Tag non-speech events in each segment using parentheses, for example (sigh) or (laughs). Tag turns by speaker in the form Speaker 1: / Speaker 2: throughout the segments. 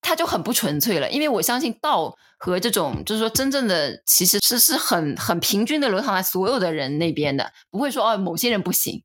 Speaker 1: 它就很不纯粹了，因为我相信道和这种就是说真正的其实是是很很平均的流淌在所有的人那边的，不会说哦某些人不行。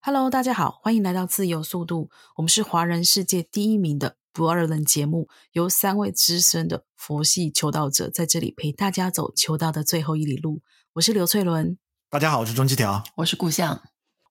Speaker 2: Hello，大家好，欢迎来到自由速度。我们是华人世界第一名的不二人节目，由三位资深的佛系求道者在这里陪大家走求道的最后一里路。我是刘翠伦，
Speaker 3: 大家好，我是钟七条。
Speaker 1: 我是故乡，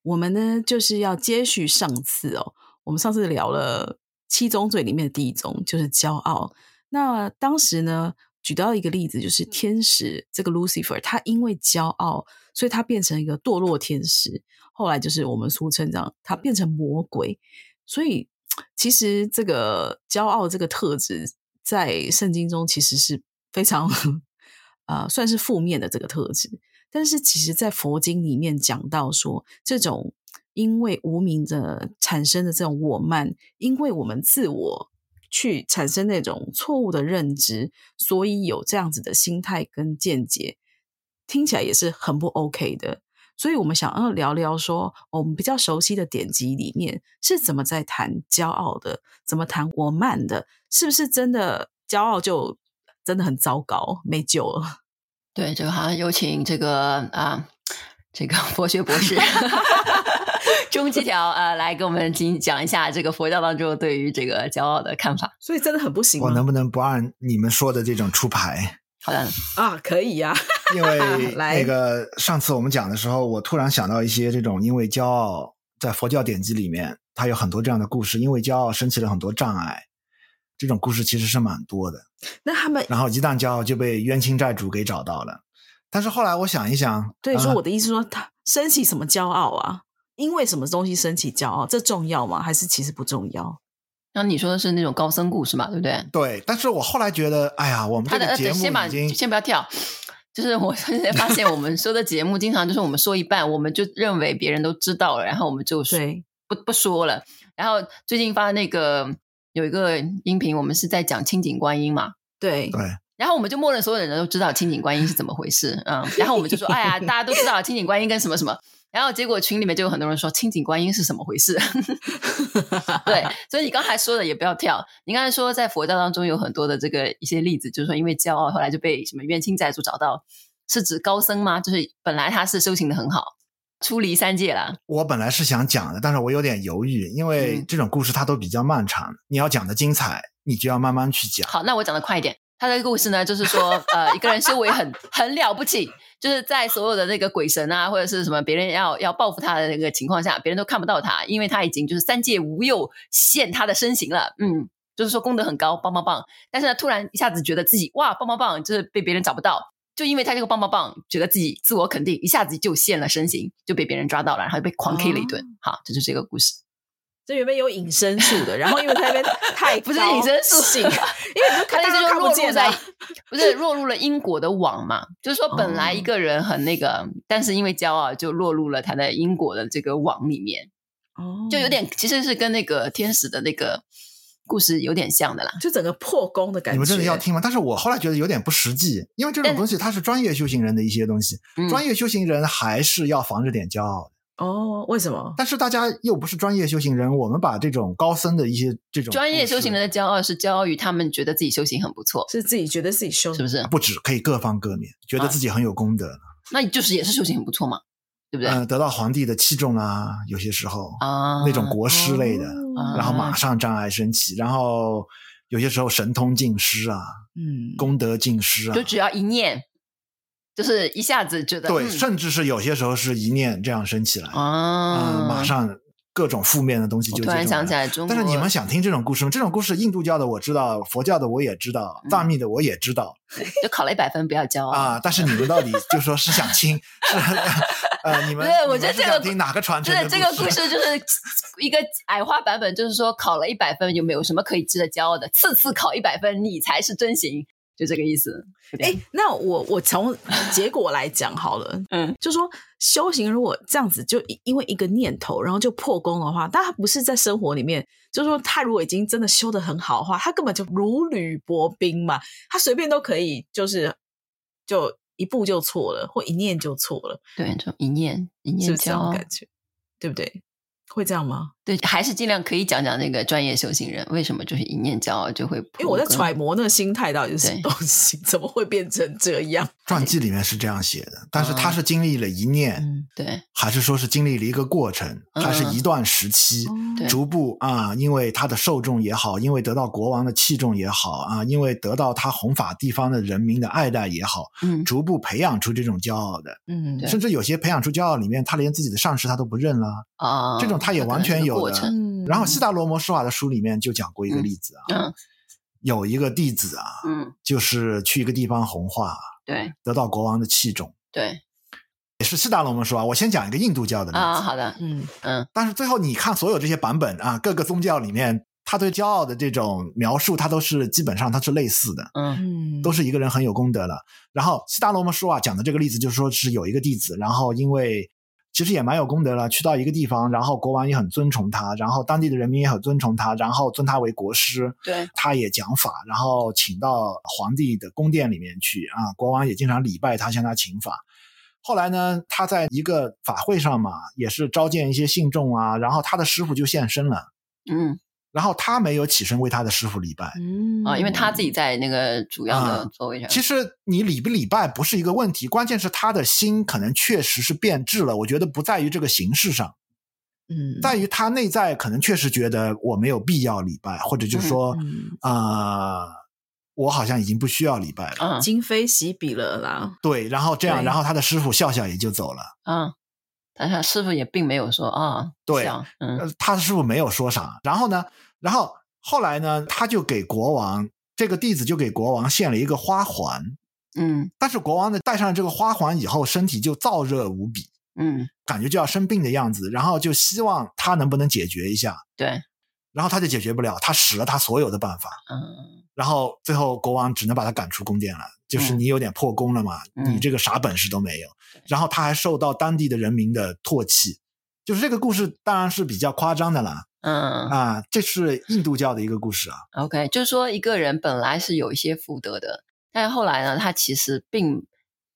Speaker 2: 我们呢就是要接续上次哦，我们上次聊了七宗罪里面的第一宗就是骄傲。那当时呢举到一个例子，就是天使这个 Lucifer，他因为骄傲，所以他变成一个堕落天使。后来就是我们俗称这样，他变成魔鬼。所以其实这个骄傲这个特质，在圣经中其实是非常 (laughs) 呃算是负面的这个特质。但是其实，在佛经里面讲到说，这种因为无名的产生的这种我慢，因为我们自我去产生那种错误的认知，所以有这样子的心态跟见解，听起来也是很不 OK 的。所以，我们想要聊聊说，哦我们比较熟悉的典籍里面是怎么在谈骄傲的，怎么谈我慢的，是不是真的骄傲就真的很糟糕，没救了？ (laughs)
Speaker 1: 对，这个好像有请这个啊，这个 (laughs) 佛学博士钟七条啊来给我们讲讲一下这个佛教当中对于这个骄傲的看法。
Speaker 2: 所以真的很不行
Speaker 3: 我
Speaker 2: 吗
Speaker 3: 能不能不按你们说的这种出牌？
Speaker 1: 好的，
Speaker 2: 啊，可以呀、 (laughs)
Speaker 3: 因为
Speaker 2: 来
Speaker 3: 那个上次我们讲的时候，我突然想到一些这种因为骄傲，在佛教典籍里面，它有很多这样的故事，因为骄傲升起了很多障碍，这种故事其实是蛮多的。
Speaker 2: 那他们
Speaker 3: 然后一旦骄傲就被冤亲债主给找到了。但是后来我想一想，
Speaker 2: 对
Speaker 1: 嗯
Speaker 3: 呃
Speaker 2: 说我的意思说，他升起什么骄傲啊？因为什么东西升起骄傲？这重要吗？还是其实不重要？
Speaker 1: 然后你说的是那种高僧故事嘛，对不对？
Speaker 3: 对，但是我后来觉得，哎呀，我们
Speaker 1: 他的
Speaker 3: 这个
Speaker 1: 呃，
Speaker 3: 节
Speaker 1: 对，
Speaker 3: 目
Speaker 1: 先把
Speaker 3: 已经
Speaker 1: 先不要跳。 (laughs) 就是我现在发现，我们说的节目经常就是我们说一半，我们就认为别人都知道了，然后我们就说
Speaker 2: 对，
Speaker 1: 不不说了。然后最近发那个有一个音频，我们是在讲清景观音嘛，
Speaker 2: 对，
Speaker 3: 对。
Speaker 1: 然后我们就默认所有的人都知道清景观音是怎么回事，嗯，然后我们就说，哎呀，大家都知道清景观音跟什么什么。然后结果群里面就有很多人说清景观音是什么回事， (laughs) 对，所以你刚才说的也不要跳。你刚才说在佛教当中有很多的这个一些例子，就是说因为骄傲，后来就被什么冤亲债主找到，是指高僧吗？就是本来他是修行的很好，出离三界了，
Speaker 3: 我本来是想讲的，但是我有点犹豫，因为
Speaker 1: 嗯
Speaker 3: 这种故事它都比较漫长，你要讲的精彩，你就要慢慢去讲。
Speaker 1: 好，那我讲的快一点。他的故事呢，就是说，呃，一个人修为很很了不起，就是在所有的那个鬼神啊，或者是什么别人要要报复他的那个情况下，别人都看不到他，因为他已经就是三界无有现他的身形了。嗯，就是说功德很高，棒棒棒。但是呢，突然一下子觉得自己哇，棒棒棒，就是被别人找不到，就因为他这个棒棒棒，觉得自己自我肯定，一下子就现了身形，就被别人抓到了，然后就被狂 K 了一顿。好，这就是这个故事。
Speaker 2: 这原本有隐身术的，然后因为他
Speaker 1: (laughs)
Speaker 2: 那边太
Speaker 1: 不是
Speaker 2: 高
Speaker 1: 隐身术
Speaker 2: 兴因为你就
Speaker 1: (laughs) 他
Speaker 2: 看
Speaker 1: 意
Speaker 2: 大
Speaker 1: 思
Speaker 2: 家
Speaker 1: 就
Speaker 2: 都看
Speaker 1: 落
Speaker 2: 不
Speaker 1: 入
Speaker 2: 见
Speaker 1: 在
Speaker 2: 啊，
Speaker 1: 不是落入了因果的网嘛？就是说，本来
Speaker 3: 哦
Speaker 1: 一个人很那个，但是因为骄傲，就落入了他的因果的这个网里面，
Speaker 2: 哦
Speaker 1: 就有
Speaker 3: 嗯
Speaker 1: 点其实是跟那个天使的那个故事有点像的啦。
Speaker 2: 就整个破功的感觉。
Speaker 3: 你们真的要听吗？但是我后来觉得有点不实际，因为这种东西它是专业修行人的一些东西，
Speaker 1: 嗯，
Speaker 3: 专业修行人还是要防着点骄傲的。
Speaker 2: 哦？为什么？
Speaker 3: 但是大家又不是专业修行人，我们把这种高僧的一些这种
Speaker 1: 专业
Speaker 3: 故事
Speaker 1: 修行人的骄傲是骄傲于他们觉得自己修行很不错，
Speaker 2: 是自己觉得自己凶
Speaker 1: 是不是？
Speaker 3: 不止可以各方各面，觉
Speaker 1: 啊
Speaker 3: 得自己很有功德，
Speaker 1: 那你就是也是修行很不错嘛，对不对？
Speaker 3: 嗯、得到皇帝的器重啊，有些时候、
Speaker 1: 啊，
Speaker 3: 那种国师类的，
Speaker 2: 哦
Speaker 1: 嗯
Speaker 3: 然后马上障碍升起，然后有些时候神通尽失啊，
Speaker 2: 嗯，
Speaker 3: 功德尽失啊
Speaker 1: 就，只要一念，就是一下子觉得
Speaker 3: 对，
Speaker 1: 嗯
Speaker 3: 甚至是有些时候是一念这样升起来，啊、
Speaker 1: 啊，
Speaker 3: 马上各种负面的东西
Speaker 1: 我
Speaker 3: 就
Speaker 1: 突然想起来，中国
Speaker 3: 但是你们想听这种故事吗？这种故事，印度教的我知道，佛教的我也知道，
Speaker 1: 嗯
Speaker 3: 藏密的我也知道、
Speaker 1: 就考了一百分，不要骄傲
Speaker 3: 啊。但是你们到
Speaker 1: (laughs)
Speaker 3: 底就说是想听，是 (laughs) 呃，你们
Speaker 1: 对
Speaker 3: 你
Speaker 1: 我
Speaker 3: 们
Speaker 1: 觉得
Speaker 3: 是
Speaker 1: 这个
Speaker 3: 想听哪个 (laughs) 传承
Speaker 1: 真的，
Speaker 3: 的
Speaker 1: 这个故
Speaker 3: 故
Speaker 1: 事就是一个矮化版本，就是说考了一百分，有没有什么可以值得骄傲的？次次考一百分，你才是真行，就这个意思。
Speaker 2: 哎、那我我从结果来讲好了，
Speaker 1: (laughs) 嗯，
Speaker 2: 就说修行如果这样子，就因因为一个念头，然后就破功的话，但他不是在生活里面，就是说他如果已经真的修得很好的话，他根本就如履薄冰嘛，他随便都可以，就是就一步就错了，或一念就错了，
Speaker 1: 对，就一念一
Speaker 2: 是
Speaker 1: 念
Speaker 2: 不是这
Speaker 1: 骄
Speaker 2: 种
Speaker 1: 傲，
Speaker 2: 感觉？对不对？会这样吗？
Speaker 1: 对，还是尽量可以讲讲那个专业修行人为什么就是一念骄傲就会破
Speaker 2: 因为哎我在
Speaker 1: 功
Speaker 2: 揣摩那个心态到底是什
Speaker 1: 对
Speaker 2: 么东西， (laughs) 怎么会变成这样？
Speaker 3: 传记里面是这样写的，但是
Speaker 1: 嗯
Speaker 3: 他是经历了一念，
Speaker 2: 嗯，
Speaker 1: 对
Speaker 3: 还是说是经历了一个过程，
Speaker 1: 嗯
Speaker 3: 还是一段时期？
Speaker 1: 对
Speaker 3: 逐步啊，因为他的受众也好，因为得到国王的器重也好啊，因为得到他弘法地方的人民的爱戴也好，
Speaker 1: 嗯
Speaker 3: 逐步培养出这种骄傲的，
Speaker 2: 嗯，
Speaker 1: 对
Speaker 3: 甚至有些培养出骄傲里面，他连自己的上司他都不认了。
Speaker 1: 啊，
Speaker 3: 这种他也
Speaker 1: 可能
Speaker 3: 完全
Speaker 1: 是个
Speaker 3: 有
Speaker 1: 过
Speaker 3: 的
Speaker 1: 程，
Speaker 2: 嗯
Speaker 3: 然后悉达罗摩施瓦的书里面就讲过一个例子啊，
Speaker 1: 嗯
Speaker 3: 有一个弟子啊，
Speaker 1: 嗯，
Speaker 3: 就是去一个地方弘化，
Speaker 1: 对
Speaker 3: 得到国王的器重，
Speaker 1: 对
Speaker 3: 也是悉达罗摩施瓦。我先讲一个印度教的例子，
Speaker 1: 啊，好的，
Speaker 2: 嗯，
Speaker 1: 嗯
Speaker 3: 但是最后你看所有这些版本啊，各个宗教里面，他对骄傲的这种描述，他都是基本上它是类似的。
Speaker 1: 嗯
Speaker 2: 嗯
Speaker 3: 都是一个人很有功德了。然后悉达罗摩说啊，讲的这个例子就是说是有一个弟子，然后因为其实也蛮有功德了，去到一个地方，然后国王也很尊崇他，然后当地的人民也很尊崇他，然后尊他为国师，
Speaker 1: 对
Speaker 3: 他也讲法，然后请到皇帝的宫殿里面去啊，国王也经常礼拜他，向他请法。后来呢，他在一个法会上嘛，也是召见一些信众啊，然后他的师傅就现身了，
Speaker 1: 嗯
Speaker 3: 然后他没有起身为他的师傅礼拜，
Speaker 2: 嗯
Speaker 1: 啊，因为他自己在那个主要的
Speaker 3: 啊
Speaker 1: 座位上，
Speaker 3: 其实你礼不礼拜不是一个问题，关键是他的心可能确实是变质了。我觉得不在于这个形式上，
Speaker 2: 嗯
Speaker 3: 在于他内在可能确实觉得我没有必要礼拜，或者就是说
Speaker 2: 嗯
Speaker 3: 啊、呃我好像已经不需要礼拜了。
Speaker 1: 嗯
Speaker 2: 今非昔比了啦。
Speaker 3: 对，然后这样，
Speaker 2: 对
Speaker 3: 然后他的师傅笑笑也就走了。
Speaker 1: 嗯，但是他师傅也并没有说啊，
Speaker 3: 对
Speaker 1: 像嗯
Speaker 3: 呃，他的师傅没有说啥。然后呢，然后后来呢，他就给国王这个弟子就给国王献了一个花环，
Speaker 1: 嗯
Speaker 3: 但是国王呢戴上这个花环以后，身体就燥热无比。
Speaker 1: 嗯，
Speaker 3: 感觉就要生病的样子，然后就希望他能不能解决一下，
Speaker 1: 对，
Speaker 3: 然后他就解决不了，他使了他所有的办法，
Speaker 1: 嗯
Speaker 3: 然后最后国王只能把他赶出宫殿了，就是
Speaker 1: 嗯
Speaker 3: 你有点破功了嘛，
Speaker 1: 嗯
Speaker 3: 你这个啥本事都没有，然后他还受到当地的人民的唾弃，就是这个故事当然是比较夸张的啦，
Speaker 1: 嗯
Speaker 3: 啊，这是印度教的一个故事啊，
Speaker 1: ，OK，就是说一个人本来是有一些福德的，但是后来呢，他其实并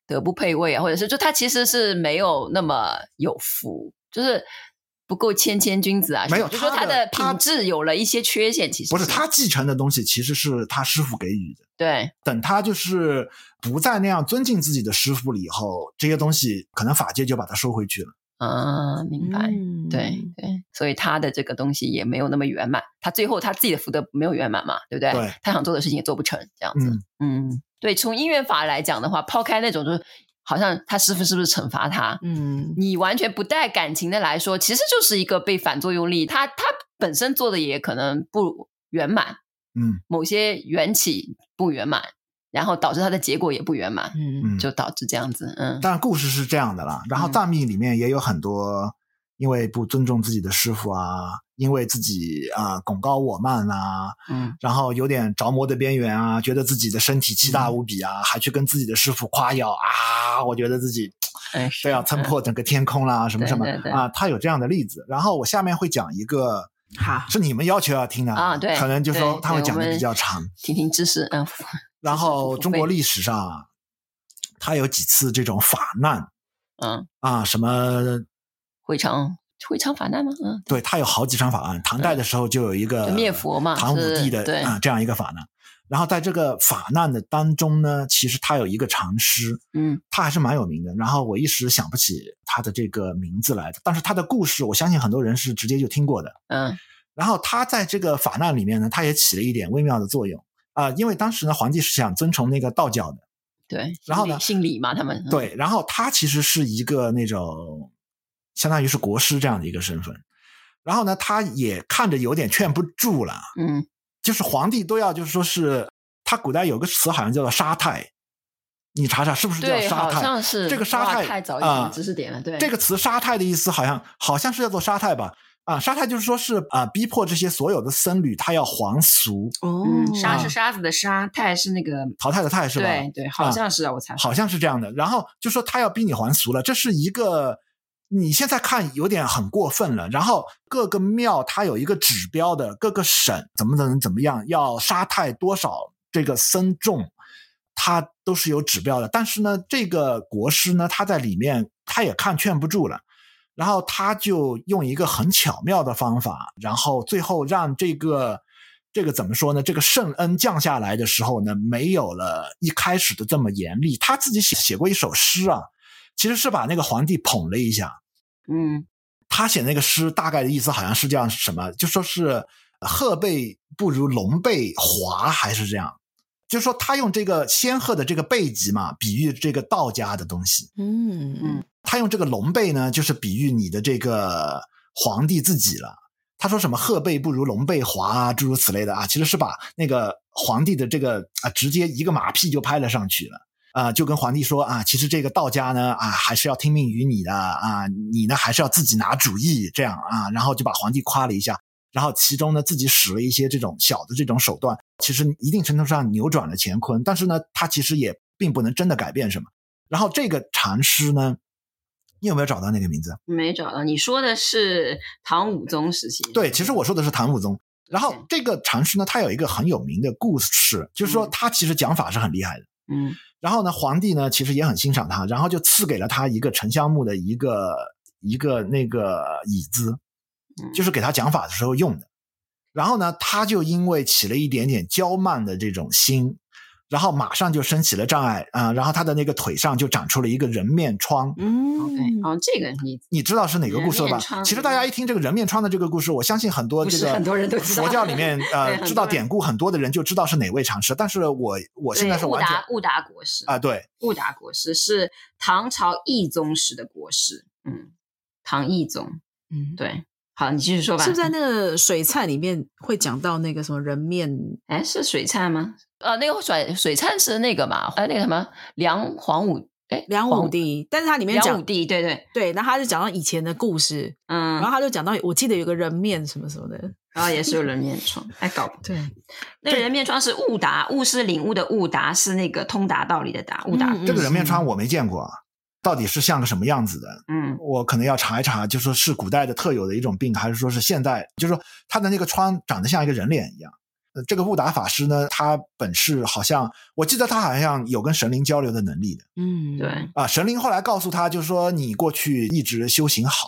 Speaker 1: 德不配位啊，或者是就他其实是没有那么有福，就是不够谦谦君子啊，
Speaker 3: 没有
Speaker 1: 就说
Speaker 3: 他的
Speaker 1: 的
Speaker 3: 他
Speaker 1: 品质有了一些缺陷，其实
Speaker 3: 不是他继承的东西，其实是他师傅给予的。
Speaker 1: 对，
Speaker 3: 等他就是不再那样尊敬自己的师傅了以后，这些东西可能法界就把他收回去了。
Speaker 1: 嗯，明白。
Speaker 2: 嗯
Speaker 1: 对对，所以他的这个东西也没有那么圆满，他最后他自己的福德没有圆满嘛，对不对？
Speaker 3: 对
Speaker 1: 他想做的事情也做不成，这样子。嗯对，从因缘法来讲的话，抛开那种就是好像他师傅是不是惩罚他，
Speaker 2: 嗯，
Speaker 1: 你完全不带感情的来说，其实就是一个被反作用力，他他本身做的也可能不圆满，
Speaker 3: 嗯，
Speaker 1: 某些缘起不圆满，然后导致他的结果也不圆满，
Speaker 2: 嗯
Speaker 3: 嗯，
Speaker 1: 就导致这样子。嗯
Speaker 3: 但故事是这样的啦。然后
Speaker 1: 嗯
Speaker 3: 藏密里面也有很多，因为不尊重自己的师傅啊，因为自己啊、拱高我慢啊，
Speaker 1: 嗯
Speaker 3: 然后有点着魔的边缘啊，觉得自己的身体奇大无比啊，
Speaker 1: 嗯
Speaker 3: 还去跟自己的师傅夸耀啊，我觉得自己
Speaker 1: 哎
Speaker 3: 都要撑破整个天空啦，什么什么
Speaker 1: 对对对
Speaker 3: 啊，他有这样的例子。然后我下面会讲一个。
Speaker 2: 好，
Speaker 3: 是你们要求要听的
Speaker 1: 啊，对，
Speaker 3: 可能就说
Speaker 1: 对
Speaker 3: 他会
Speaker 1: 对
Speaker 3: 讲
Speaker 1: 我
Speaker 3: 的
Speaker 1: 们
Speaker 3: 比较长。
Speaker 1: 听听知识，嗯，
Speaker 3: 然
Speaker 1: 付
Speaker 3: 后
Speaker 1: 费
Speaker 3: 中国历史上啊，他有几次这种法难
Speaker 1: 嗯，
Speaker 3: 啊，什么
Speaker 1: 会昌会昌法难吗？嗯，
Speaker 3: 对，它有好几场法案。唐代的时候就有一个
Speaker 1: 就灭佛嘛
Speaker 3: 唐武帝
Speaker 1: 是
Speaker 3: 的
Speaker 1: 对
Speaker 3: 啊、这样一个法难。然后在这个法难的当中呢，其实它有一个长诗，
Speaker 1: 嗯
Speaker 3: 它还是蛮有名的。然后我一时想不起它的这个名字来的，但是它的故事，我相信很多人是直接就听过的。
Speaker 1: 嗯
Speaker 3: 然后它在这个法难里面呢，它也起了一点微妙的作用啊、因为当时呢，皇帝是想遵从那个道教的，
Speaker 1: 对。
Speaker 3: 然后呢
Speaker 1: 姓李姓李嘛，他们，
Speaker 3: 对，然后他其实是一个那种相当于是国师这样的一个身份。然后呢，他也看着有点劝不住了，
Speaker 1: 嗯，
Speaker 3: 就是皇帝都要就是说是他古代有个词好像叫做沙泰，你查查是不是叫
Speaker 1: 对，
Speaker 3: 沙
Speaker 1: 好
Speaker 3: 泰？
Speaker 1: 像是
Speaker 3: 这个沙
Speaker 1: 哇
Speaker 3: 泰
Speaker 1: 太早一
Speaker 3: 啊
Speaker 1: 点知识点了，对，
Speaker 3: 这个词沙泰的意思好像好像是叫做沙泰吧？啊，沙泰就是说是啊，逼迫这些所有的僧侣他要还俗，
Speaker 2: 哦
Speaker 1: 嗯，沙
Speaker 3: 啊
Speaker 1: 是沙子的沙，泰是那个
Speaker 3: 淘汰的汰是吧？
Speaker 1: 对对，好像是啊，我猜
Speaker 3: 好像是这样的。然后就说他要逼你还俗了，这是一个你现在看有点很过分了。然后各个庙它有一个指标的，各个省怎么怎么怎么样，要杀太多少这个僧众，它都是有指标的。但是呢，这个国师呢，他在里面他也看劝不住了。然后他就用一个很巧妙的方法，然后最后让这个这个怎么说呢？这个圣恩降下来的时候呢，没有了一开始的这么严厉。他自己写写过一首诗啊，其实是把那个皇帝捧了一下。
Speaker 1: 嗯
Speaker 3: 他写那个诗大概的意思好像是这样，什么就说是鹤背不如龙背滑，还是这样？就是说他用这个仙鹤的这个背脊嘛，比喻这个道家的东西。
Speaker 2: 嗯嗯
Speaker 1: 嗯
Speaker 3: 他用这个龙背呢，就是比喻你的这个皇帝自己了。他说什么“鹤背不如龙背滑”啊，诸如此类的啊，其实是把那个皇帝的这个啊，直接一个马屁就拍了上去了啊、就跟皇帝说啊，其实这个道家呢啊，还是要听命于你的啊，你呢还是要自己拿主意这样啊，然后就把皇帝夸了一下，然后其中呢自己使了一些这种小的这种手段，其实一定程度上扭转了乾坤，但是呢，他其实也并不能真的改变什么。然后这个禅师呢，你有没有找到那个名字？
Speaker 4: 没找到。你说的是唐武宗时期？
Speaker 3: 对，其实我说的是谭武宗。然后
Speaker 4: 对
Speaker 3: 这个禅师呢，他有一个很有名的故事，就是说
Speaker 4: 嗯
Speaker 3: 他其实讲法是很厉害的。
Speaker 4: 嗯
Speaker 3: 然后呢，皇帝呢其实也很欣赏他，然后就赐给了他一个沉香木的一个一个那个椅子，
Speaker 4: 嗯
Speaker 3: 就是给他讲法的时候用的。然后呢，他就因为起了一点点骄慢的这种心，然后马上就升起了障碍啊、然后他的那个腿上就长出了一个人面疮。
Speaker 4: ，OK，
Speaker 2: 嗯
Speaker 4: 哦，这个你
Speaker 3: 你知道是哪个故事了
Speaker 4: 人
Speaker 3: 吧
Speaker 4: 面？疮
Speaker 3: 其实大家一听这个人面疮的这个故事，我相信很多
Speaker 1: 不
Speaker 3: 这
Speaker 1: 是
Speaker 3: 个
Speaker 1: 很多人都知道
Speaker 3: 佛教里面呃
Speaker 4: 很多
Speaker 3: 知道
Speaker 4: 人
Speaker 3: 典故很多的人就知道是哪位禅师，但是我我现在是
Speaker 4: 对，悟
Speaker 3: 完全
Speaker 4: 达悟达国师
Speaker 3: 啊、对，
Speaker 4: 悟达国师是唐朝懿宗时的国师，嗯，唐懿宗，
Speaker 2: 嗯，
Speaker 4: 对，好，你继续说吧。
Speaker 2: 是不是在那个水菜里面会讲到那个什么人面？
Speaker 4: 哎，是水菜吗？
Speaker 1: 呃，那个水水忏是那个嘛，呃，那个什么梁皇武，哎，
Speaker 2: 梁
Speaker 1: 皇
Speaker 2: 武帝，但是它里面
Speaker 4: 梁武
Speaker 2: 讲
Speaker 4: 帝，对对，
Speaker 2: 对，然后他就讲到以前的故事，
Speaker 4: 嗯
Speaker 2: 然后，他就讲到，我记得有个人面什么什么的，
Speaker 4: 然后也是有人面疮，哎，搞不
Speaker 2: (laughs) 对，
Speaker 4: 那个人面疮是悟达，悟是领悟的悟，达是那个通达道理的达，悟达，
Speaker 2: 嗯
Speaker 3: 这个人面疮我没见过，啊到底是像个什么样子的？
Speaker 4: 嗯
Speaker 3: 我可能要查一查，就说是古代的特有的一种病，还是说是现代？就是说他的那个疮长得像一个人脸一样。呃这个悟达法师呢，他本是好像我记得他好像有跟神灵交流的能力的。
Speaker 2: 嗯，
Speaker 4: 对，
Speaker 3: 啊，神灵后来告诉他，就说你过去一直修行好，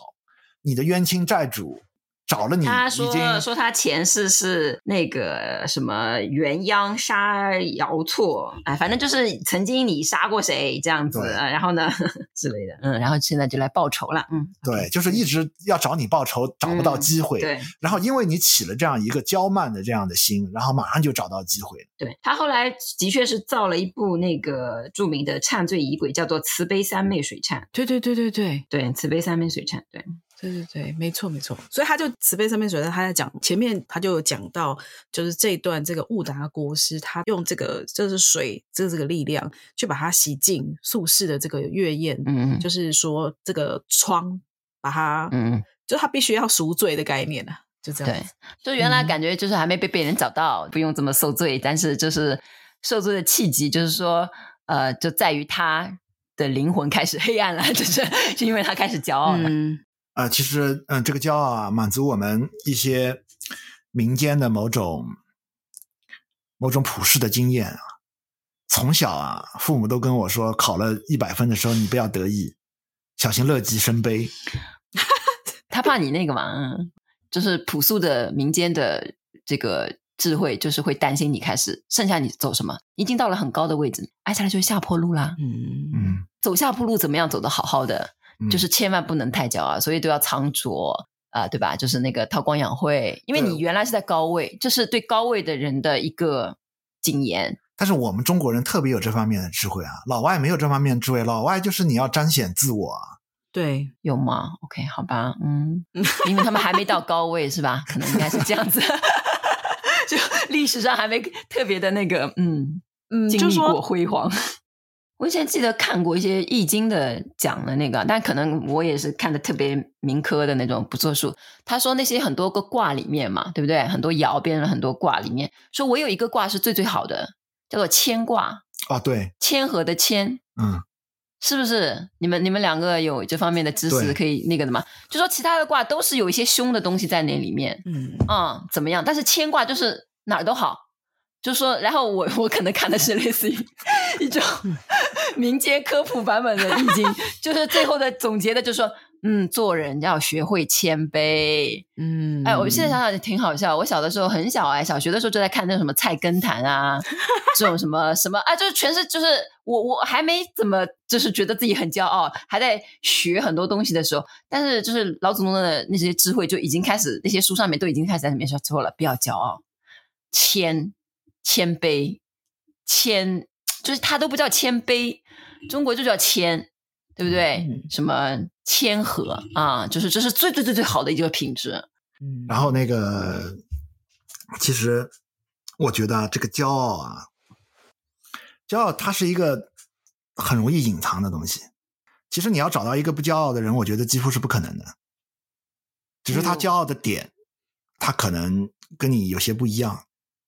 Speaker 3: 你的冤亲债主找
Speaker 1: 嗯
Speaker 3: 了你，
Speaker 4: 他
Speaker 3: 已经
Speaker 4: 说说他前世是那个什么元鞅杀晁错，哎，反正就是曾经你杀过谁这样子，
Speaker 3: 对
Speaker 4: 呃然后呢 (laughs) 之类的。
Speaker 1: 嗯，然后现在就来报仇
Speaker 4: 好
Speaker 1: 了，
Speaker 4: 了，嗯，
Speaker 3: 对，就是一直要找你报仇，找不到机会。
Speaker 4: 对
Speaker 3: 然后因为你起了这样一个骄慢的这样的心，然后马上就找到机会了。
Speaker 4: 对，他后来的确是造了一部那个著名的忏罪仪轨，叫做《慈悲三昧水忏》。
Speaker 2: 对对对对对
Speaker 4: 对，《慈悲三昧水忏》对，
Speaker 2: 对对对，没错没错。所以他就慈悲上面水在他在讲前面他就有讲到，就是这一段这个悟达国师他用这个就是水这这个力量去把它洗净术士的这个月宴，
Speaker 1: 嗯嗯
Speaker 2: 就是说这个疮把它，
Speaker 1: 嗯，嗯
Speaker 2: 就他必须要赎罪的概念啊，就这样
Speaker 1: 对
Speaker 2: 子。，
Speaker 1: 就原来
Speaker 2: 嗯
Speaker 1: 感觉就是还没被被人找到，不用这么受罪，但是就是受罪的契机，就是说，呃，就在于他的灵魂开始黑暗了， (laughs) 就是就因为他开始骄傲了，
Speaker 2: 嗯，
Speaker 3: 啊、其实嗯，这个骄傲啊，满足我们一些民间的某种某种普世的经验啊。从小啊，父母都跟我说，考了一百分的时候，你不要得意，小心乐极生悲。
Speaker 1: 他怕你那个嘛，嗯就是朴素的民间的这个智慧，就是会担心你开始剩下你走什么，已经到了很高的位置，挨下来就是下坡路啦。
Speaker 2: 嗯，
Speaker 3: 嗯，
Speaker 1: 走下坡路怎么样走得好好的，
Speaker 3: 嗯
Speaker 1: 就是千万不能太骄傲，所以都要藏拙啊、对吧？就是那个韬光养晦，因为
Speaker 3: 对
Speaker 1: 你原来是在高位，这是对高位的人的一个谨言。
Speaker 3: 但是我们中国人特别有这方面的智慧啊，老外没有这方面的智慧，老外就是你要彰显自我啊，
Speaker 2: 对，
Speaker 1: 有吗？OK，好吧，嗯，因为他们还没到高位是吧？可能应该是这样子， (laughs) 就历史上还没特别的那个，嗯，
Speaker 2: 嗯，
Speaker 1: 经
Speaker 2: 就
Speaker 1: 历过
Speaker 2: 说
Speaker 1: 辉煌。 (laughs) 我以前记得看过一些易经的讲的那个，但可能我也是看的特别民科的那种不作数。他说那些很多个卦里面嘛，对不对？很多爻变成了很多卦里面，说我有一个卦是最最好的，叫做谦卦，
Speaker 3: 啊，对，
Speaker 1: 谦和的谦，
Speaker 3: 嗯，
Speaker 1: 是不是？你们你们两个有这方面的知识
Speaker 3: 对
Speaker 1: 可以那个的吗？就说其他的卦都是有一些凶的东西在那里面，
Speaker 2: 嗯，
Speaker 1: 嗯，怎么样？但是牵挂就是哪儿都好，就说，然后我我可能看的是类似于一种 (laughs) 民间科普版本的易经，就是最后的总结的就说，嗯，做人要学会谦卑，
Speaker 2: 嗯，
Speaker 1: 哎，我现在想想也挺好笑。我小的时候很小哎，小学的时候就在看那什么菜根谭啊，这种什么什么啊，就是全是就是我我还没怎么就是觉得自己很骄傲，还在学很多东西的时候，但是就是老祖宗的那些智慧就已经开始，那些书上面都已经开始在里面说错了，不要骄傲，谦谦卑谦，就是它都不叫谦卑，中国就叫谦。对不对？
Speaker 2: 嗯
Speaker 1: 什么谦和啊，就是这是最最最最好的一个品质。
Speaker 2: 嗯，
Speaker 3: 然后那个，其实我觉得啊，这个骄傲啊，骄傲它是一个很容易隐藏的东西。其实你要找到一个不骄傲的人，我觉得几乎是不可能的。只是他
Speaker 1: 嗯
Speaker 3: 骄傲的点，他可能跟你有些不一样。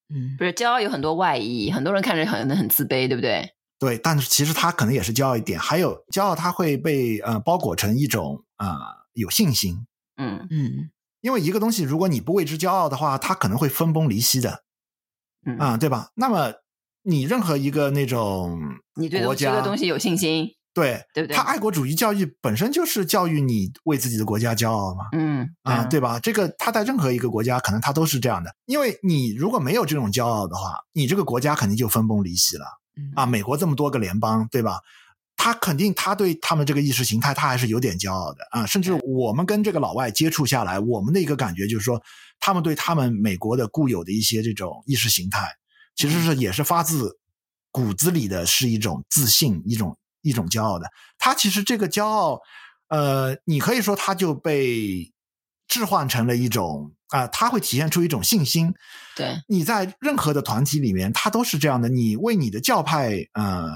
Speaker 2: 嗯
Speaker 1: 不是骄傲有很多外衣，很多人看着很很自卑，对不对？
Speaker 3: 对，但是其实他可能也是骄傲一点。还有骄傲，他会被呃包裹成一种啊、呃有信心，
Speaker 1: 嗯
Speaker 2: 嗯
Speaker 3: 因为一个东西如果你不为之骄傲的话，它可能会分崩离析的。
Speaker 1: 嗯，
Speaker 3: 啊、对吧？那么你任何一个那种
Speaker 1: 你对
Speaker 3: 国
Speaker 1: 这个
Speaker 3: 家
Speaker 1: 东西有信心，
Speaker 3: 对
Speaker 1: 对不对
Speaker 3: 他爱国主义教育本身就是教育你为自己的国家骄傲嘛，
Speaker 1: 嗯
Speaker 3: 啊，，对吧？这个他在任何一个国家可能他都是这样的，因为你如果没有这种骄傲的话，你这个国家肯定就分崩离析了
Speaker 2: 嗯
Speaker 3: 啊。美国这么多个联邦，对吧？他肯定，他对他们这个意识形态，他还是有点骄傲的啊。甚至我们跟这个老外接触下来，我们的一个感觉就是说，他们对他们美国的固有的一些这种意识形态，其实是也是发自骨子里的，是一种自信，一种一种骄傲的。他其实这个骄傲，呃，你可以说他就被置换成了一种啊，他、会体现出一种信心。
Speaker 1: 对，
Speaker 3: 你在任何的团体里面，他都是这样的。你为你的教派，呃，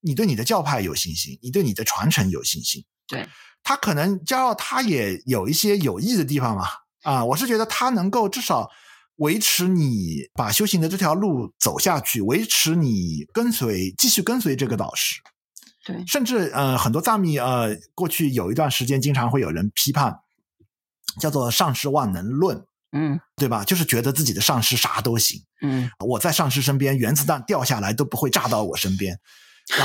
Speaker 3: 你对你的教派有信心，你对你的传承有信心。
Speaker 1: 对，
Speaker 3: 他可能骄傲，他也有一些有益的地方嘛。啊，我是觉得他能够至少维持你把修行的这条路走下去，维持你跟随继续跟随这个导师。
Speaker 1: 对
Speaker 3: 甚至呃，很多藏密呃，过去有一段时间经常会有人批判，叫做“上师万能论”，
Speaker 1: 嗯
Speaker 3: 对吧？就是觉得自己的上师啥都行，
Speaker 1: 嗯，
Speaker 3: 我在上师身边，原子弹掉下来都不会炸到我身边。然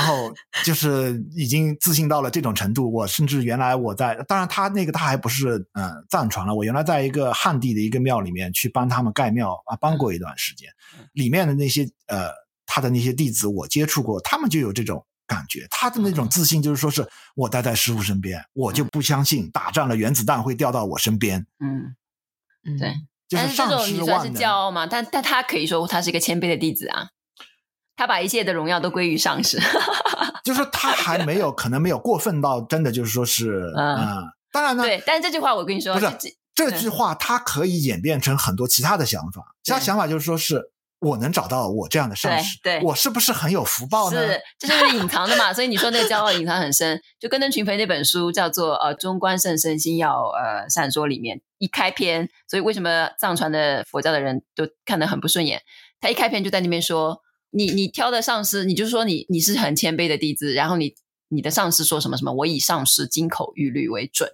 Speaker 1: (laughs)
Speaker 3: 后就是已经自信到了这种程度，我甚至原来我在，当然他那个他还不是嗯、呃藏传了，我原来在一个汉地的一个庙里面去帮他们盖庙啊，帮过一段时间，
Speaker 1: 嗯
Speaker 3: 里面的那些呃他的那些弟子我接触过，他们就有这种感觉，他的那
Speaker 1: 嗯
Speaker 3: 种自信就是说是我待在师傅身边，我就不相信打仗了原子弹会掉到我身边，
Speaker 1: 嗯，
Speaker 2: 嗯
Speaker 1: 对
Speaker 3: 就
Speaker 1: 但
Speaker 3: 是
Speaker 1: 是这
Speaker 3: 上
Speaker 1: 种
Speaker 3: 师
Speaker 1: 你算是
Speaker 3: 万
Speaker 1: 骄
Speaker 3: 能。
Speaker 1: 傲吗？但但他可以说他是一个谦卑的弟子啊，他把一切的荣耀都归于上师。 (laughs)
Speaker 3: 就是他还没有，可能没有过分到真的就是说是，
Speaker 1: 嗯
Speaker 3: 嗯，当然呢，
Speaker 1: 对，但这句话我跟你说，
Speaker 3: 不是
Speaker 1: 这这
Speaker 3: 这句话它可以演变成很多其他的想法，其他
Speaker 1: 对
Speaker 3: 想法就是说是我能找到我这样的上司，
Speaker 1: 对对
Speaker 3: 我是不是很有福报呢？
Speaker 1: 是，这就是隐藏的嘛。所以你说那个骄傲隐藏很深，就根正群肥那本书叫做呃《中观圣身心要呃善说》里面一开篇，所以为什么藏传的佛教的人都看得很不顺眼？他一开篇就在那边说，你你挑的上师，你就说你你是很谦卑的弟子，然后你你的上师说什么什么，我以上师金口玉律为准，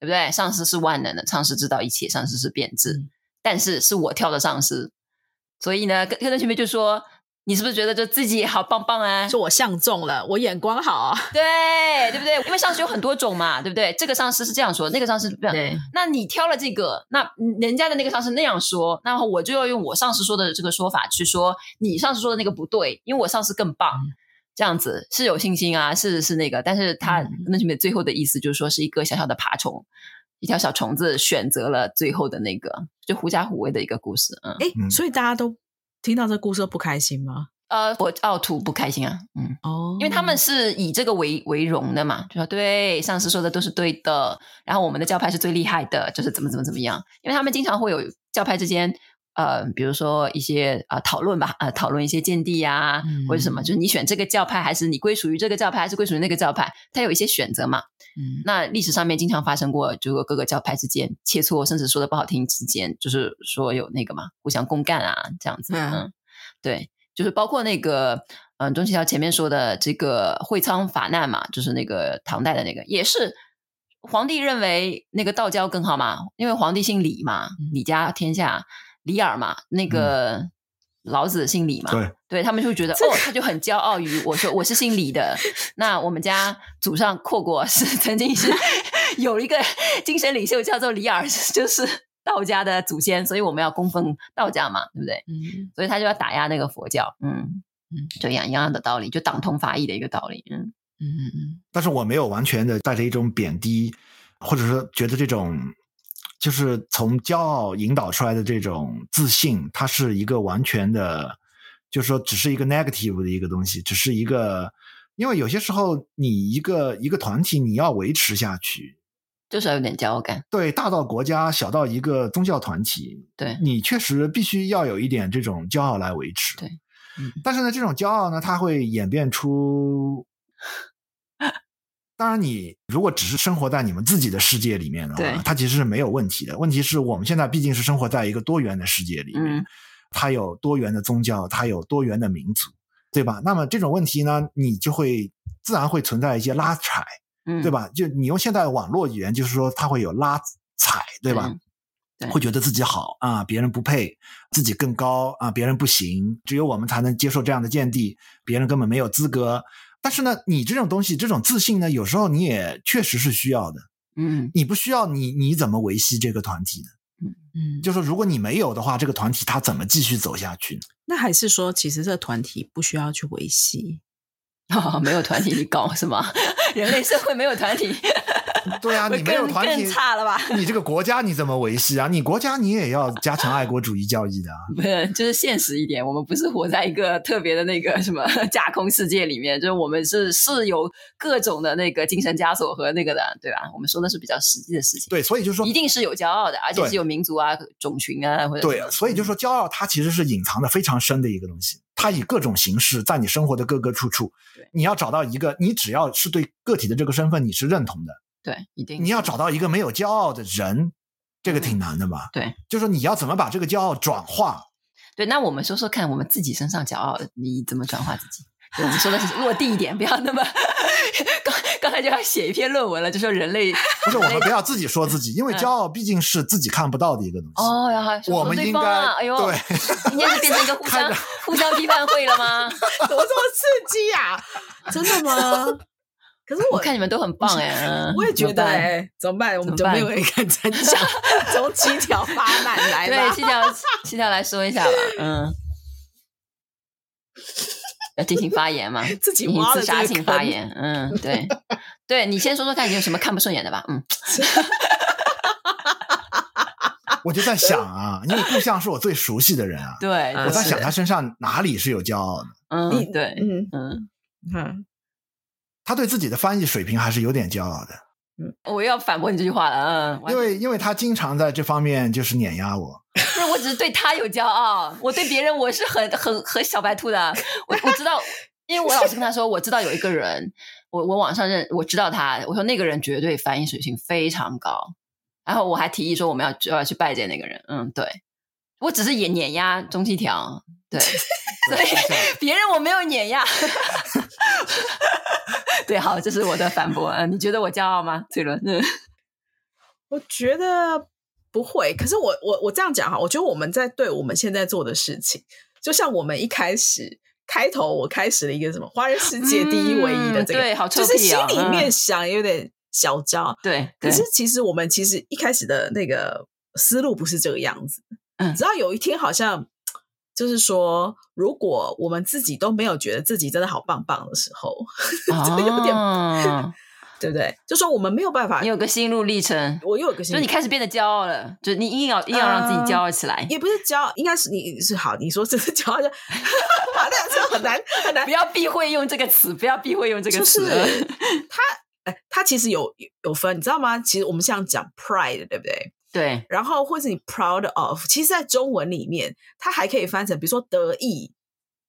Speaker 1: 对不对？上师是万能的，上师知道一切，上师是变质，
Speaker 2: 嗯
Speaker 1: 但是是我挑的上师，所以呢，跟跟着群肥就说。你是不是觉得就自己好棒棒啊？
Speaker 2: 说我相中了，我眼光好啊，
Speaker 1: 对对不对？因为上司有很多种嘛，对不对？这个上司是这样说，那个上司是这样。
Speaker 4: 对，
Speaker 1: 那你挑了这个，那嗯人家的那个上司那样说，那我就要用我上司说的这个说法去说你上司说的那个不对，因为我上司更棒。这样子是有信心啊，是是那个，但是他
Speaker 2: 嗯
Speaker 1: 那里面最后的意思就是说是一个小小的爬虫，一条小虫子选择了最后的那个，就狐假虎威的一个故事。嗯，
Speaker 2: 哎，
Speaker 3: 嗯
Speaker 2: 所以大家都听到这故事都不开心吗？
Speaker 1: 呃，我奥图不开心啊，嗯，
Speaker 2: 哦，
Speaker 1: 因为他们是以这个为为荣的嘛，就说对上司说的都是对的，然后我们的教派是最厉害的，就是怎么怎么怎么样，因为他们经常会有教派之间。呃，比如说一些呃讨论吧，呃讨论一些见地呀、
Speaker 2: 嗯
Speaker 1: 或者什么，就是你选这个教派，还是你归属于这个教派，还是归属于那个教派，它有一些选择嘛。
Speaker 2: 嗯
Speaker 1: 那历史上面经常发生过，就是各个教派之间切磋，甚至说的不好听之间，就是说有那个嘛，互相公干啊，这样子。
Speaker 4: 嗯
Speaker 1: 嗯，对，就是包括那个，嗯、钟启桥前面说的这个会昌法难嘛，就是那个唐代的那个，也是皇帝认为那个道教更好嘛，因为皇帝姓李嘛，李家天下，李耳嘛，那个老子姓李嘛，
Speaker 3: 对，
Speaker 1: 对他们就会觉得、哦，他就很骄傲于我说我是姓李的，那我们家祖上阔过是曾经是有一个精神领袖叫做李耳，就是道家的祖先，所以我们要供奉道家嘛，对不对？
Speaker 2: 嗯
Speaker 1: 所以他就要打压那个佛教，嗯
Speaker 2: 嗯，
Speaker 1: 这样一样的道理，就党同伐异的一个道理，嗯
Speaker 2: 嗯嗯
Speaker 3: 但是我没有完全的带着一种贬低，或者说觉得这种就是从骄傲引导出来的这种自信，它是一个完全的，就是说只是一个 negative 的一个东西，只是一个，因为有些时候你一个一个团体你要维持下去，
Speaker 1: 就是要有点骄傲感，
Speaker 3: 对大到国家，小到一个宗教团体，
Speaker 1: 对，
Speaker 3: 你确实必须要有一点这种骄傲来维持。
Speaker 1: 对
Speaker 2: 嗯
Speaker 3: 但是呢，这种骄傲呢，它会演变出。当然，你如果只是生活在你们自己的世界里面的
Speaker 4: 对
Speaker 3: 话，它其实是没有问题的。问题是我们现在毕竟是生活在一个多元的世界里面，
Speaker 4: 嗯
Speaker 3: 它有多元的宗教，它有多元的民族，对吧？那么这种问题呢，你就会自然会存在一些拉踩，
Speaker 1: 嗯，
Speaker 3: 对？吧？就你用现在网络语言，就是说它会有拉踩，对吧？
Speaker 1: 嗯对
Speaker 3: 会觉得自己好啊，别人不配，自己更高啊，别人不行，只有我们才能接受这样的见地，别人根本没有资格。但是呢，你这种东西，这种自信呢，有时候你也确实是需要的。
Speaker 1: 嗯
Speaker 3: 你不需要你，你怎么维系这个团体呢？
Speaker 2: 嗯，就
Speaker 3: 就说如果你没有的话，这个团体它怎么继续走下去呢？
Speaker 2: 那还是说，其实这个团体不需要去维
Speaker 1: (laughs)
Speaker 2: 系。
Speaker 1: 哦， (laughs) 没有团体你搞是吗？ (laughs) 人类社会没有团体，
Speaker 3: (laughs) 对啊，
Speaker 1: 会
Speaker 3: 你没有
Speaker 1: 更
Speaker 3: 团体，
Speaker 1: 更差了吧？ (laughs)
Speaker 3: 你这个国家你怎么维系啊？你国家你也要加强爱国主义教育的啊。
Speaker 1: 不是，就是现实一点，我们不是活在一个特别的那个什么 (laughs) 架空世界里面，就是我们是是有各种的那个精神枷锁和那个的，对吧？我们说的是比较实际的事情，
Speaker 3: 对，所以就是
Speaker 1: (laughs)
Speaker 3: 说
Speaker 1: 一，定是有骄傲的，而且
Speaker 3: 对
Speaker 1: 是有民族啊、种群啊或者
Speaker 3: 对
Speaker 1: 什么，
Speaker 3: 所以就说骄傲，它其实是隐藏的非常深的一个东西，它以各种形式在你生活的各个处处
Speaker 1: 对。
Speaker 3: 你要找到一个，你只要是对个体的这个身份你是认同的，
Speaker 1: 对，一定
Speaker 3: 你要找到一个没有骄傲的人，这个挺难的吧？
Speaker 1: 嗯对，
Speaker 3: 就说你要怎么把这个骄傲转化？
Speaker 1: 对。那我们说说看，我们自己身上骄傲，你怎么转化自己？对我们说的是落地一点，不要那么刚刚才就要写一篇论文了，就说人
Speaker 2: (laughs)
Speaker 1: 类
Speaker 3: 不是，我们不要自己说自己，因为骄傲毕竟是自己看不到的一个东西。
Speaker 1: 嗯哦，然后
Speaker 3: 我们应该
Speaker 1: 啊、哎呦，
Speaker 3: 对，
Speaker 1: 今天是变成一个互相互相批判会了
Speaker 2: (laughs)
Speaker 1: 吗？
Speaker 2: 怎么这么刺激呀、真的吗？可是
Speaker 1: 我看你们都很棒哎、嗯
Speaker 2: (laughs) 我也觉得哎、
Speaker 1: 怎么
Speaker 2: 怎么办？我们
Speaker 1: 怎
Speaker 2: 就
Speaker 1: 么
Speaker 2: 没
Speaker 1: 办
Speaker 2: 有人敢参加，
Speaker 1: (laughs)
Speaker 2: 从七条发难
Speaker 1: 办
Speaker 2: 来
Speaker 1: 对，
Speaker 2: 吧。
Speaker 1: 七条七条来说一下吧，嗯，要进行发言嘛，
Speaker 2: (laughs) 自己
Speaker 1: 进行
Speaker 2: 挖的
Speaker 1: 自杀
Speaker 2: 这个
Speaker 1: 性
Speaker 2: 坑
Speaker 1: 发言，嗯，
Speaker 2: (laughs)
Speaker 1: 对，对你先说说看你有什么看不顺眼的吧，嗯，
Speaker 3: 我就
Speaker 1: (laughs)
Speaker 3: 在想啊，因为故乡是我最熟悉的人啊，
Speaker 1: 对，
Speaker 2: 嗯
Speaker 3: 我在
Speaker 1: 是
Speaker 3: 想他，身上哪里是有骄傲的？
Speaker 1: 嗯，对，
Speaker 2: 嗯
Speaker 1: 嗯，
Speaker 2: 嗯，
Speaker 3: 他对自己的翻译水平还是有点骄傲的。
Speaker 1: 哦我又要反驳你这句话了，嗯，完
Speaker 3: 因为因为他经常在这方面就是碾压我，
Speaker 1: 不是，我只是对他有骄傲，我对别人我是很很很小白兔的。我我知道，因为我老是跟他说，我知道有一个人，我我网上认我知道他，我说那个人绝对翻译水平非常高，然后我还提议说我们要就要去拜见那个人。嗯，对，我只是也碾压中西条，对，所以 (laughs) 别人我没有碾压。 (laughs) 对，好，这是我的反驳。嗯，你觉得我骄傲吗，翠伦？嗯
Speaker 2: 我觉得不会。可是我我我这样讲哈，我觉得我们在对我们现在做的事情，就像我们一开始开头我开始了一个什么华人世界第一唯一的
Speaker 1: 嗯
Speaker 2: 这个，
Speaker 1: 对好臭
Speaker 2: 就
Speaker 1: 屁啊
Speaker 2: 是心里面想有点小骄傲。
Speaker 1: 对，
Speaker 2: 可
Speaker 1: 对
Speaker 2: 是其实我们其实一开始的那个思路不是这个样子。
Speaker 1: 嗯
Speaker 2: 直到有一天好像。就是说，如果 (laughs) 我们自己都没有觉得自己真的好棒棒的时候，这有点
Speaker 1: 哦
Speaker 2: 对不对？就说我们没有办法
Speaker 1: 你，有个心路历程，
Speaker 2: 我又有个
Speaker 1: 就
Speaker 2: 心嗯
Speaker 1: 是
Speaker 2: 理
Speaker 1: 你开始变得骄傲了，就你硬要硬要让自己骄傲起来，
Speaker 2: 也不是骄傲，应该是你是好，你说这是骄傲， (laughs) 就好，那这很难很难
Speaker 1: 不。要避讳用这个词，不要避讳用这个
Speaker 2: 就是
Speaker 1: 词。啊
Speaker 2: 他，哎，他其实有有分，你知道吗？其实我们像讲 pride，对不对？
Speaker 1: (laughs) 对，
Speaker 2: 然后或是你 proud of，其实，在中文里面，它还可以翻成，比如说得意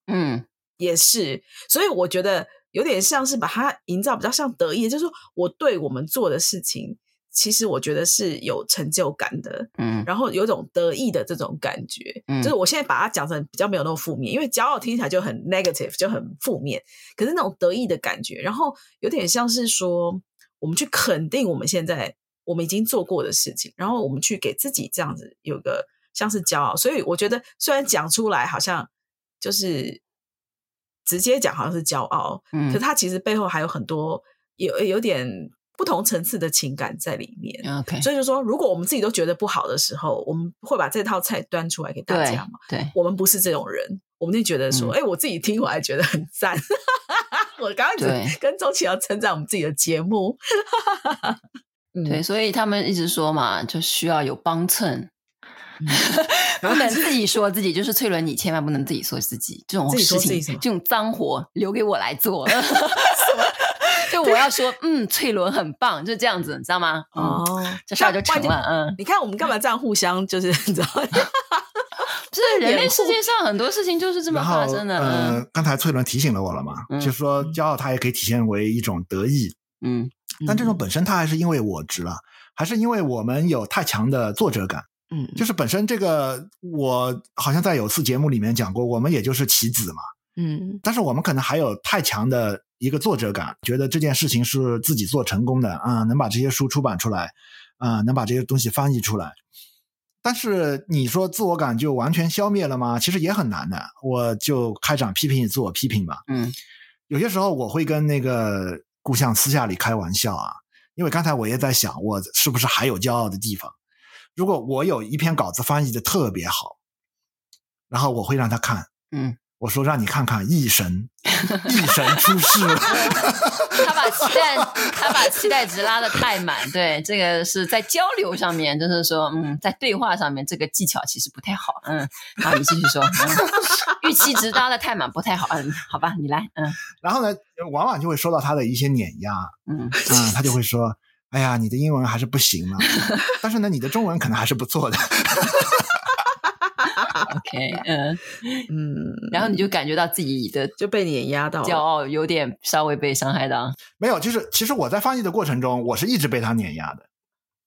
Speaker 1: 嗯，
Speaker 2: 也是。所以我觉得有点像是把它营造比较像得意，就是说我对我们做的事情，其实我觉得是有成就感的。
Speaker 1: 嗯，
Speaker 2: 然后有一种得意的这种感觉，
Speaker 1: 嗯
Speaker 2: 就是我现在把它讲成比较没有那么负面，因为骄傲听起来就很 negative，就很负面。可是那种得意的感觉，然后有点像是说，我们去肯定我们现在我们已经做过的事情，然后我们去给自己这样子有个像是骄傲。所以我觉得，虽然讲出来好像就是直接讲好像是骄傲，
Speaker 1: 嗯
Speaker 2: 可它其实背后还有很多有有点不同层次的情感在里面。
Speaker 1: OK，
Speaker 2: 所以就说，如果我们自己都觉得不好的时候，我们会把这套菜端出来给大
Speaker 1: 对
Speaker 2: 家嘛？
Speaker 1: 对，嗯
Speaker 2: 我们不是这种人，我们就觉得说，哎、我自己听我还觉得很赞。我刚刚
Speaker 1: 对
Speaker 2: 只跟周琦要称赞我们自己的节目， (laughs) 嗯
Speaker 1: 对，所以他们一直说嘛，就需要有帮衬，
Speaker 2: 嗯
Speaker 1: (laughs) 不能自己说自己。就是翠伦，你千万不能自己说自己这种
Speaker 2: 自己说
Speaker 1: 事
Speaker 2: 自己
Speaker 1: 情
Speaker 2: 什么，
Speaker 1: 这种脏活留给我来
Speaker 2: (laughs)
Speaker 1: 做。 (laughs) 就我要说，嗯，翠伦很棒，就这样子，你知道吗？
Speaker 2: 哦
Speaker 1: 哦，，这事儿就成
Speaker 2: 那
Speaker 1: 了。嗯，
Speaker 2: 你看我们干嘛这样互相就是 (laughs) 你知道？
Speaker 1: 不是人类
Speaker 2: 掩护
Speaker 1: 世界上很多事情就是这么
Speaker 3: 然后
Speaker 1: 发生的。
Speaker 3: 呃，刚才翠伦提醒了我了嘛，
Speaker 1: 嗯
Speaker 3: 就说骄傲它也可以体现为一种得意，
Speaker 1: 嗯
Speaker 3: 但这种本身它还是因为我执了，还是因为我们有太强的作者感。
Speaker 2: 嗯
Speaker 3: 就是本身这个，我好像在有次节目里面讲过，我们也就是棋子嘛，
Speaker 2: 嗯
Speaker 3: 但是我们可能还有太强的一个作者感，觉得这件事情是自己做成功的啊、能把这些书出版出来，啊、能把这些东西翻译出来。但是你说自我感就完全消灭了吗？其实也很难的。我就开展批评与自我批评吧。
Speaker 1: 嗯
Speaker 3: 有些时候我会跟那个故乡私下里开玩笑啊，因为刚才我也在想，我是不是还有骄傲的地方？如果我有一篇稿子翻译的特别好，然后我会让他看，
Speaker 1: 嗯，
Speaker 3: 我说让你看看异神，异神出世 (laughs) 了，
Speaker 1: 他把期待他把期待值拉的太满，对，这个是在交流上面，就是说，嗯，在对话上面这个技巧其实不太好，嗯，好，你继续说，嗯、预期值拉的太满不太好，嗯，好吧，你来，嗯
Speaker 3: 然后呢，往往就会受到他的一些碾压啊、
Speaker 1: 嗯
Speaker 3: 他就会说。哎呀，你的英文还是不行啊，但是呢，你的中文可能还是不错的。 (laughs)
Speaker 1: ，OK，嗯，
Speaker 2: 嗯，
Speaker 1: 然后你就感觉到自己的
Speaker 2: 就被碾压到了
Speaker 1: 骄傲有点稍微被伤害到
Speaker 3: 没有，就是其实我在翻译的过程中，我是一直被他碾压的。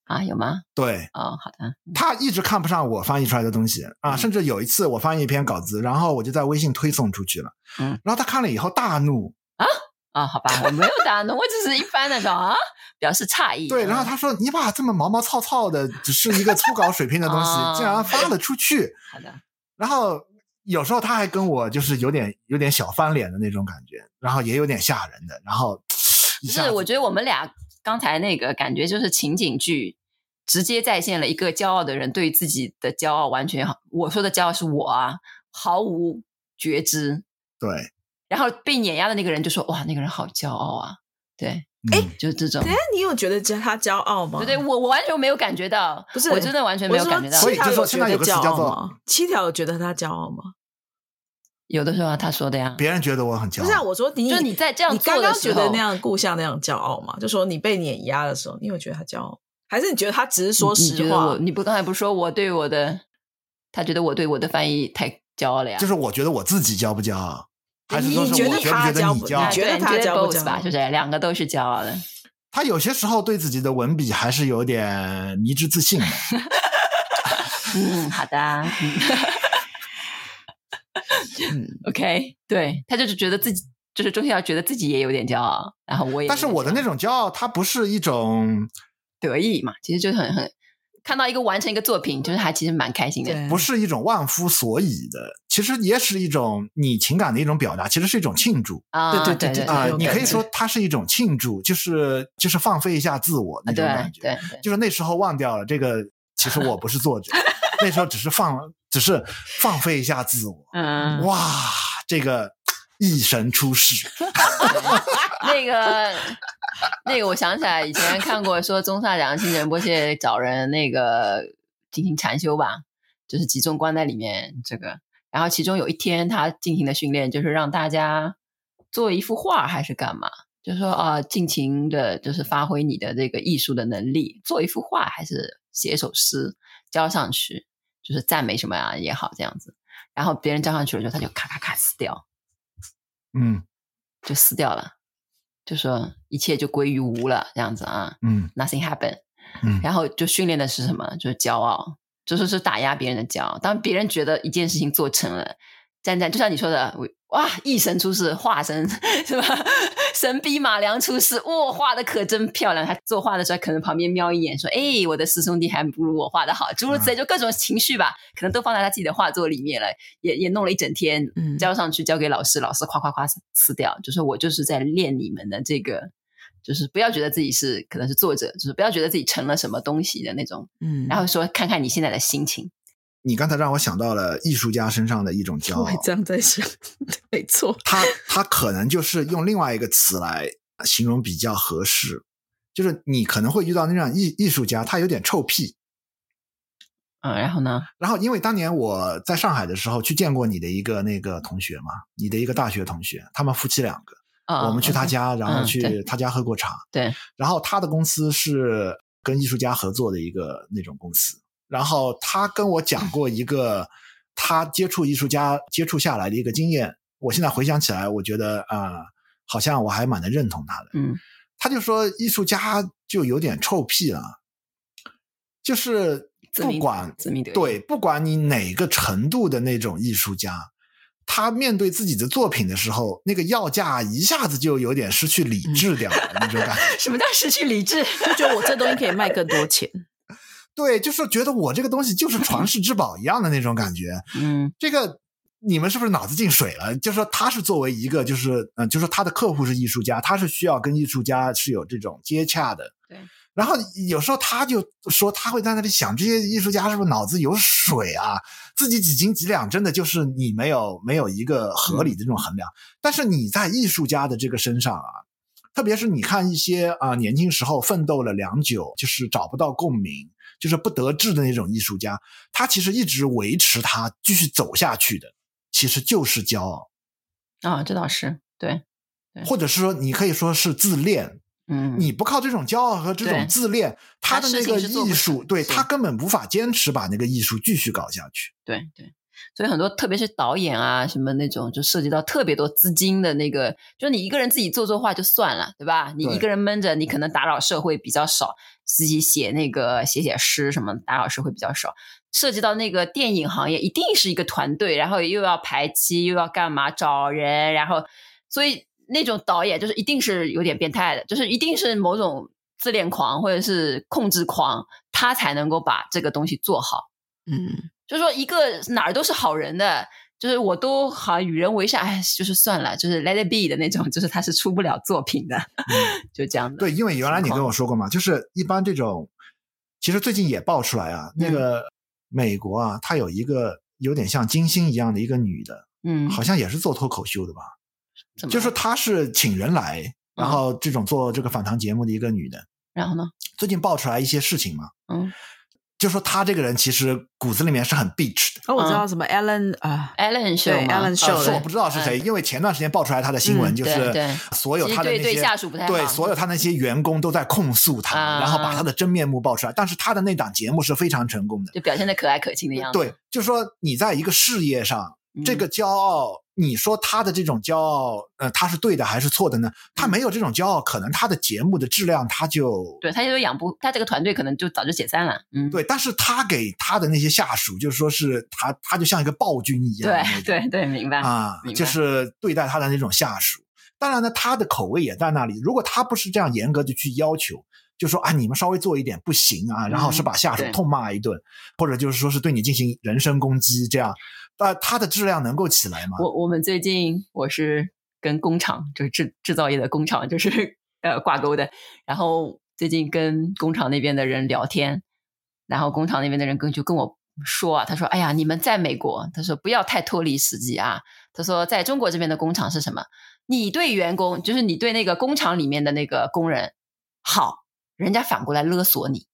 Speaker 1: 啊，有吗？
Speaker 3: 对，
Speaker 1: 哦，好的，
Speaker 3: 他一直看不上我翻译出来的东西
Speaker 2: 嗯
Speaker 3: 啊，甚至有一次我翻译一篇稿子，然后我就在微信推送出去了，
Speaker 1: 嗯
Speaker 3: 然后他看了以后大怒，
Speaker 1: 啊、好吧，我没有打呢，我只是一般的说啊，表示诧异，
Speaker 2: 啊
Speaker 3: 对，然后
Speaker 1: 嗯
Speaker 3: 他说：“你把这么毛毛糙糙的，只是一个初稿水平的东
Speaker 1: 啊
Speaker 3: 西，竟然发了出
Speaker 2: (laughs)
Speaker 3: 去。
Speaker 1: 好的，”
Speaker 3: 然后有时候他还跟我就是有点有点小翻脸的那种感觉，然后也有点吓人的，然后一
Speaker 1: 就
Speaker 3: 下
Speaker 1: 是
Speaker 3: 子
Speaker 1: 我觉得我们俩刚才那个感觉就是情景剧，直接再现了一个骄傲的人对于自己的骄傲完全，我说的骄傲是我啊，毫无觉知。
Speaker 3: 对，
Speaker 1: 然后被碾压的那个人就说：“哇，那个人好骄傲啊！”对，
Speaker 3: 哎、
Speaker 1: 就是这种
Speaker 2: 等一，下你有觉得他骄傲吗？
Speaker 1: 对对，我我完全没有感觉到，
Speaker 2: 不是
Speaker 1: 我真的完全没
Speaker 2: 我
Speaker 1: 有
Speaker 2: 是
Speaker 1: 感觉到
Speaker 2: 说。
Speaker 3: 所以
Speaker 2: 七条
Speaker 3: 就说
Speaker 2: 觉
Speaker 3: 现在
Speaker 2: 得
Speaker 3: 有个词
Speaker 2: 骄
Speaker 3: 叫
Speaker 2: 傲
Speaker 3: 做
Speaker 2: 吗七条有觉得他骄傲吗？
Speaker 1: 有的时候啊他说的呀，
Speaker 3: 别人觉得我很骄
Speaker 2: 不是啊，
Speaker 3: 傲，
Speaker 2: 我说你
Speaker 1: 就是你在这样
Speaker 2: 你刚
Speaker 1: 做的
Speaker 2: 刚
Speaker 1: 时
Speaker 2: 觉得
Speaker 1: 候
Speaker 2: 那样故乡那样骄傲嘛？就说你被碾压的时候，你有觉得他骄傲，还是你觉得他只是说
Speaker 1: 你觉
Speaker 2: 实
Speaker 1: 得
Speaker 2: 话
Speaker 1: 我？你不刚才不是说我对我的，他觉得我对我的翻译太骄傲了呀？
Speaker 3: 就是我觉得我自己骄不骄傲，还是
Speaker 2: 你
Speaker 3: 说是
Speaker 2: 你
Speaker 3: 我
Speaker 2: 觉得
Speaker 3: 不觉
Speaker 2: 他
Speaker 3: 得
Speaker 2: 骄
Speaker 3: 你
Speaker 2: 不
Speaker 3: 骄
Speaker 2: 你
Speaker 3: 傲
Speaker 1: 啊？
Speaker 2: 觉得
Speaker 1: 对
Speaker 2: 他
Speaker 1: 你
Speaker 2: 骄不
Speaker 1: both
Speaker 2: 骄
Speaker 1: 吧，
Speaker 2: 傲
Speaker 1: 就是两个都是骄傲的。
Speaker 3: 他有些时候对自己的文笔还是有点迷之自信的。
Speaker 1: 嗯，好的啊。嗯 (laughs) ，OK，对他就是觉得自己，就是钟欣瑶觉得自己也有点骄傲，然后我也有点骄傲，
Speaker 3: 但是我的那种骄傲，它不是一种，
Speaker 1: 嗯得意嘛，其实就很很看到一个完成一个作品，就是还其实蛮开心的。
Speaker 2: 对，
Speaker 3: 不是一种万夫所以的，其实也是一种你情感的一种表达，其实是一种庆祝
Speaker 1: 啊，
Speaker 2: 对对
Speaker 1: 对
Speaker 2: 对对
Speaker 3: 啊、
Speaker 2: 这种
Speaker 3: 你可以
Speaker 2: 感觉
Speaker 3: 说它是一种庆祝，就是就是放飞一下自我那
Speaker 1: 对
Speaker 3: 种感觉，
Speaker 1: 对对
Speaker 3: 就是那时候忘掉了这个，其实我不是
Speaker 1: (laughs)
Speaker 3: 作者，那时候只是放只是放飞一下自我，
Speaker 1: 嗯，
Speaker 3: 哇，这个异神出世，
Speaker 1: (laughs) 那个，那个，我想起来以前看过，说宗萨讲新仁波切找人那个进行禅修吧，就是集中关在里面这个。然后其中有一天他进行的训练，就是让大家做一幅画还是干嘛，就说啊、尽情的就是发挥你的这个艺术的能力，做一幅画还是写一首诗交上去，就是赞美什么呀也好这样子。然后别人交上去了之后，他就咔咔咔撕掉。
Speaker 3: 嗯
Speaker 1: 就撕掉了，就说一切就归于无了，这样子啊
Speaker 3: 嗯
Speaker 1: ，nothing happen。
Speaker 3: 嗯
Speaker 1: 然后就训练的是什么？就是骄傲，就是是打压别人的骄傲。当别人觉得一件事情做成了，沾沾，就像你说的，我哇，一神出世，化身 (laughs) 是吧？神笔马良出世，哇、画的可真漂亮。他作画的时候，可能旁边瞄一眼，说：“哎，我的师兄弟还不如我画的好。”诸如
Speaker 3: 啊
Speaker 1: 此类，就各种情绪吧，可能都放在他自己的画作里面了，也也弄了一整天，
Speaker 2: 嗯
Speaker 1: 交上去交给老师，老师夸夸夸撕掉，就说我就是在练你们的这个，就是不要觉得自己是可能是作者，就是不要觉得自己成了什么东西的那种，
Speaker 2: 嗯，
Speaker 1: 然后说看看你现在的心情，
Speaker 3: 你刚才让我想到了艺术家身上的一种骄
Speaker 2: 我
Speaker 3: 傲
Speaker 2: 也，这样在想， (laughs) 没错，
Speaker 3: 他他可能就是用另外一个词来形容比较合适，就是你可能会遇到那种艺艺术家，他有点臭屁。
Speaker 1: 嗯，然后呢，
Speaker 3: 然后，因为当年我在上海的时候去见过你的一个那个同学嘛，你的一个大学同学，他们夫妻两个，
Speaker 1: 啊、
Speaker 3: 我们去他
Speaker 1: OK，
Speaker 3: 家，然后
Speaker 1: 嗯
Speaker 3: 去
Speaker 1: 对
Speaker 3: 他家喝过茶。
Speaker 1: 对，
Speaker 3: 然后他的公司是跟艺术家合作的一个那种公司，然后他跟我讲过一个他接触艺术家接触下来的一个经验，我现在回想起来，我觉得啊、呃好像我还蛮能认同他的。
Speaker 1: 嗯
Speaker 3: 他就说艺术家就有点臭屁了，就是
Speaker 1: 自
Speaker 3: 不
Speaker 1: 鸣
Speaker 3: 管
Speaker 1: 自鸣得意，
Speaker 3: 对，不管你哪个程度的那种艺术家，他面对自己的作品的时候，那个要价一下子就有点失去理智掉了、那种感觉。 (laughs)
Speaker 1: 什么叫失去理智？
Speaker 2: 就觉得我这东西可以卖更多钱，
Speaker 3: 对，就是觉得我这个东西就是传世之宝一样的那种感觉。
Speaker 1: 嗯
Speaker 3: 这个你们是不是脑子进水了？就说他是作为一个，就是嗯、呃就说他的客户是艺术家，他是需要跟艺术家是有这种接洽的。
Speaker 1: 对。
Speaker 3: 然后有时候他就说，他会在那里想，这些艺术家是不是脑子有水啊？自己几斤几两，真的就是你没有没有一个合理的这种衡量。
Speaker 1: 嗯
Speaker 3: 但是你在艺术家的这个身上啊，特别是你看一些啊、年轻时候奋斗了良久，就是找不到共鸣，就是不得志的那种艺术家，他其实一直维持他继续走下去的，其实就是骄傲，
Speaker 1: 啊，这倒是对，对
Speaker 3: 或者是说你可以说是自恋。
Speaker 1: 嗯，
Speaker 3: 你不靠这种骄傲和这种
Speaker 1: 对
Speaker 3: 自恋，他的
Speaker 1: 他
Speaker 3: 那
Speaker 1: 事
Speaker 3: 个
Speaker 1: 情是做不
Speaker 3: 艺术，
Speaker 1: 成
Speaker 3: 对
Speaker 1: 是
Speaker 3: 他根本无法坚持把那个艺术继续搞下
Speaker 1: (laughs)
Speaker 3: 去。
Speaker 1: 对对，所以很多特别是导演啊什么那种，就涉及到特别多资金的那个，就是你一个人自己做作画就算了，对吧？你
Speaker 3: 对
Speaker 1: 一个人闷着，你可能打扰社会比较少，自己写那个写写诗什么，打扰社会比较少。涉及到那个电影行业，一定是一个团队，然后又要排期，又要干嘛找人，然后所以那种导演就是一定是有点变态的，就是一定是某种自恋狂或者是控制狂，他才能够把这个东西做好。
Speaker 2: 嗯，
Speaker 1: 就是说一个哪儿都是好人的，就是我都好像与人为善，哎，就是算了，就是 let it be 的那种， (laughs) 就是他是出不了作品的，
Speaker 3: 嗯
Speaker 1: 就这样的。嗯
Speaker 3: 对，因为原来你跟我说过嘛，就是一般这种，其实最近也爆出来啊，那
Speaker 1: 嗯
Speaker 3: 个美国啊，它有一个有点像金星一样的一个女的，
Speaker 1: 嗯，
Speaker 3: 好像也是做脱口秀的吧，
Speaker 1: 怎么嗯
Speaker 3: 就是她是请人来，然后这种做这个访谈节目的一个女的，
Speaker 1: 然后呢？
Speaker 3: 最近爆出来一些事情嘛，
Speaker 1: 嗯
Speaker 3: 就说她这个人其实骨子里面是很 bitch 的。
Speaker 2: 哦，我知道什么 Alan 啊，
Speaker 1: ，Ellen show 吗哦
Speaker 2: Ellen
Speaker 3: 呃
Speaker 2: Show
Speaker 3: 是
Speaker 2: 对
Speaker 3: 我不知道是谁，因为前段时间爆出来她的新闻，
Speaker 2: 嗯
Speaker 3: 就是
Speaker 1: 对对
Speaker 3: 所有
Speaker 1: 其实
Speaker 3: 她的那
Speaker 1: 对
Speaker 3: 些
Speaker 1: 对下属不太好
Speaker 3: 对所有她那些员工都在控诉她，
Speaker 1: 啊
Speaker 3: 然后把她的真面目爆出来。但是她的那档节目是非常成功的，
Speaker 1: 就表现的可爱可亲的样子。
Speaker 3: 对，就说你在一个事业上，
Speaker 1: 啊嗯
Speaker 3: 这个骄傲，你说他的这种骄傲，呃，他是对的还是错的呢？他
Speaker 1: 嗯
Speaker 3: 没有这种骄傲，可能他的节目的质量他就
Speaker 1: 对他就养不，他这个团队可能就早就解散了。嗯，
Speaker 3: 对但是他给他的那些下属，就是说是他，他就像一个暴君一样的那
Speaker 1: 对
Speaker 3: 种，
Speaker 1: 对对，明白。
Speaker 3: 啊
Speaker 1: 明，白
Speaker 3: 就是对待他的那种下属。当然呢，他的口味也在那里。如果他不是这样严格的去要求，就说啊，你们稍微做一点不行啊，然后是把下
Speaker 1: 嗯
Speaker 3: 属
Speaker 1: 对
Speaker 3: 痛骂一顿，或者就是说是对你进行人身攻击这样，那他的质量能够起来吗？
Speaker 1: 我我们最近我是跟工厂，就是制制造业的工厂，就是呃挂钩的。然后最近跟工厂那边的人聊天，然后工厂那边的人跟就跟我说啊，他说：“哎呀，你们在美国，他说不要太脱离实际啊。他说在中国这边的工厂是什么？你对员工，就是你对那个工厂里面的那个工人好，人家反过来勒索你。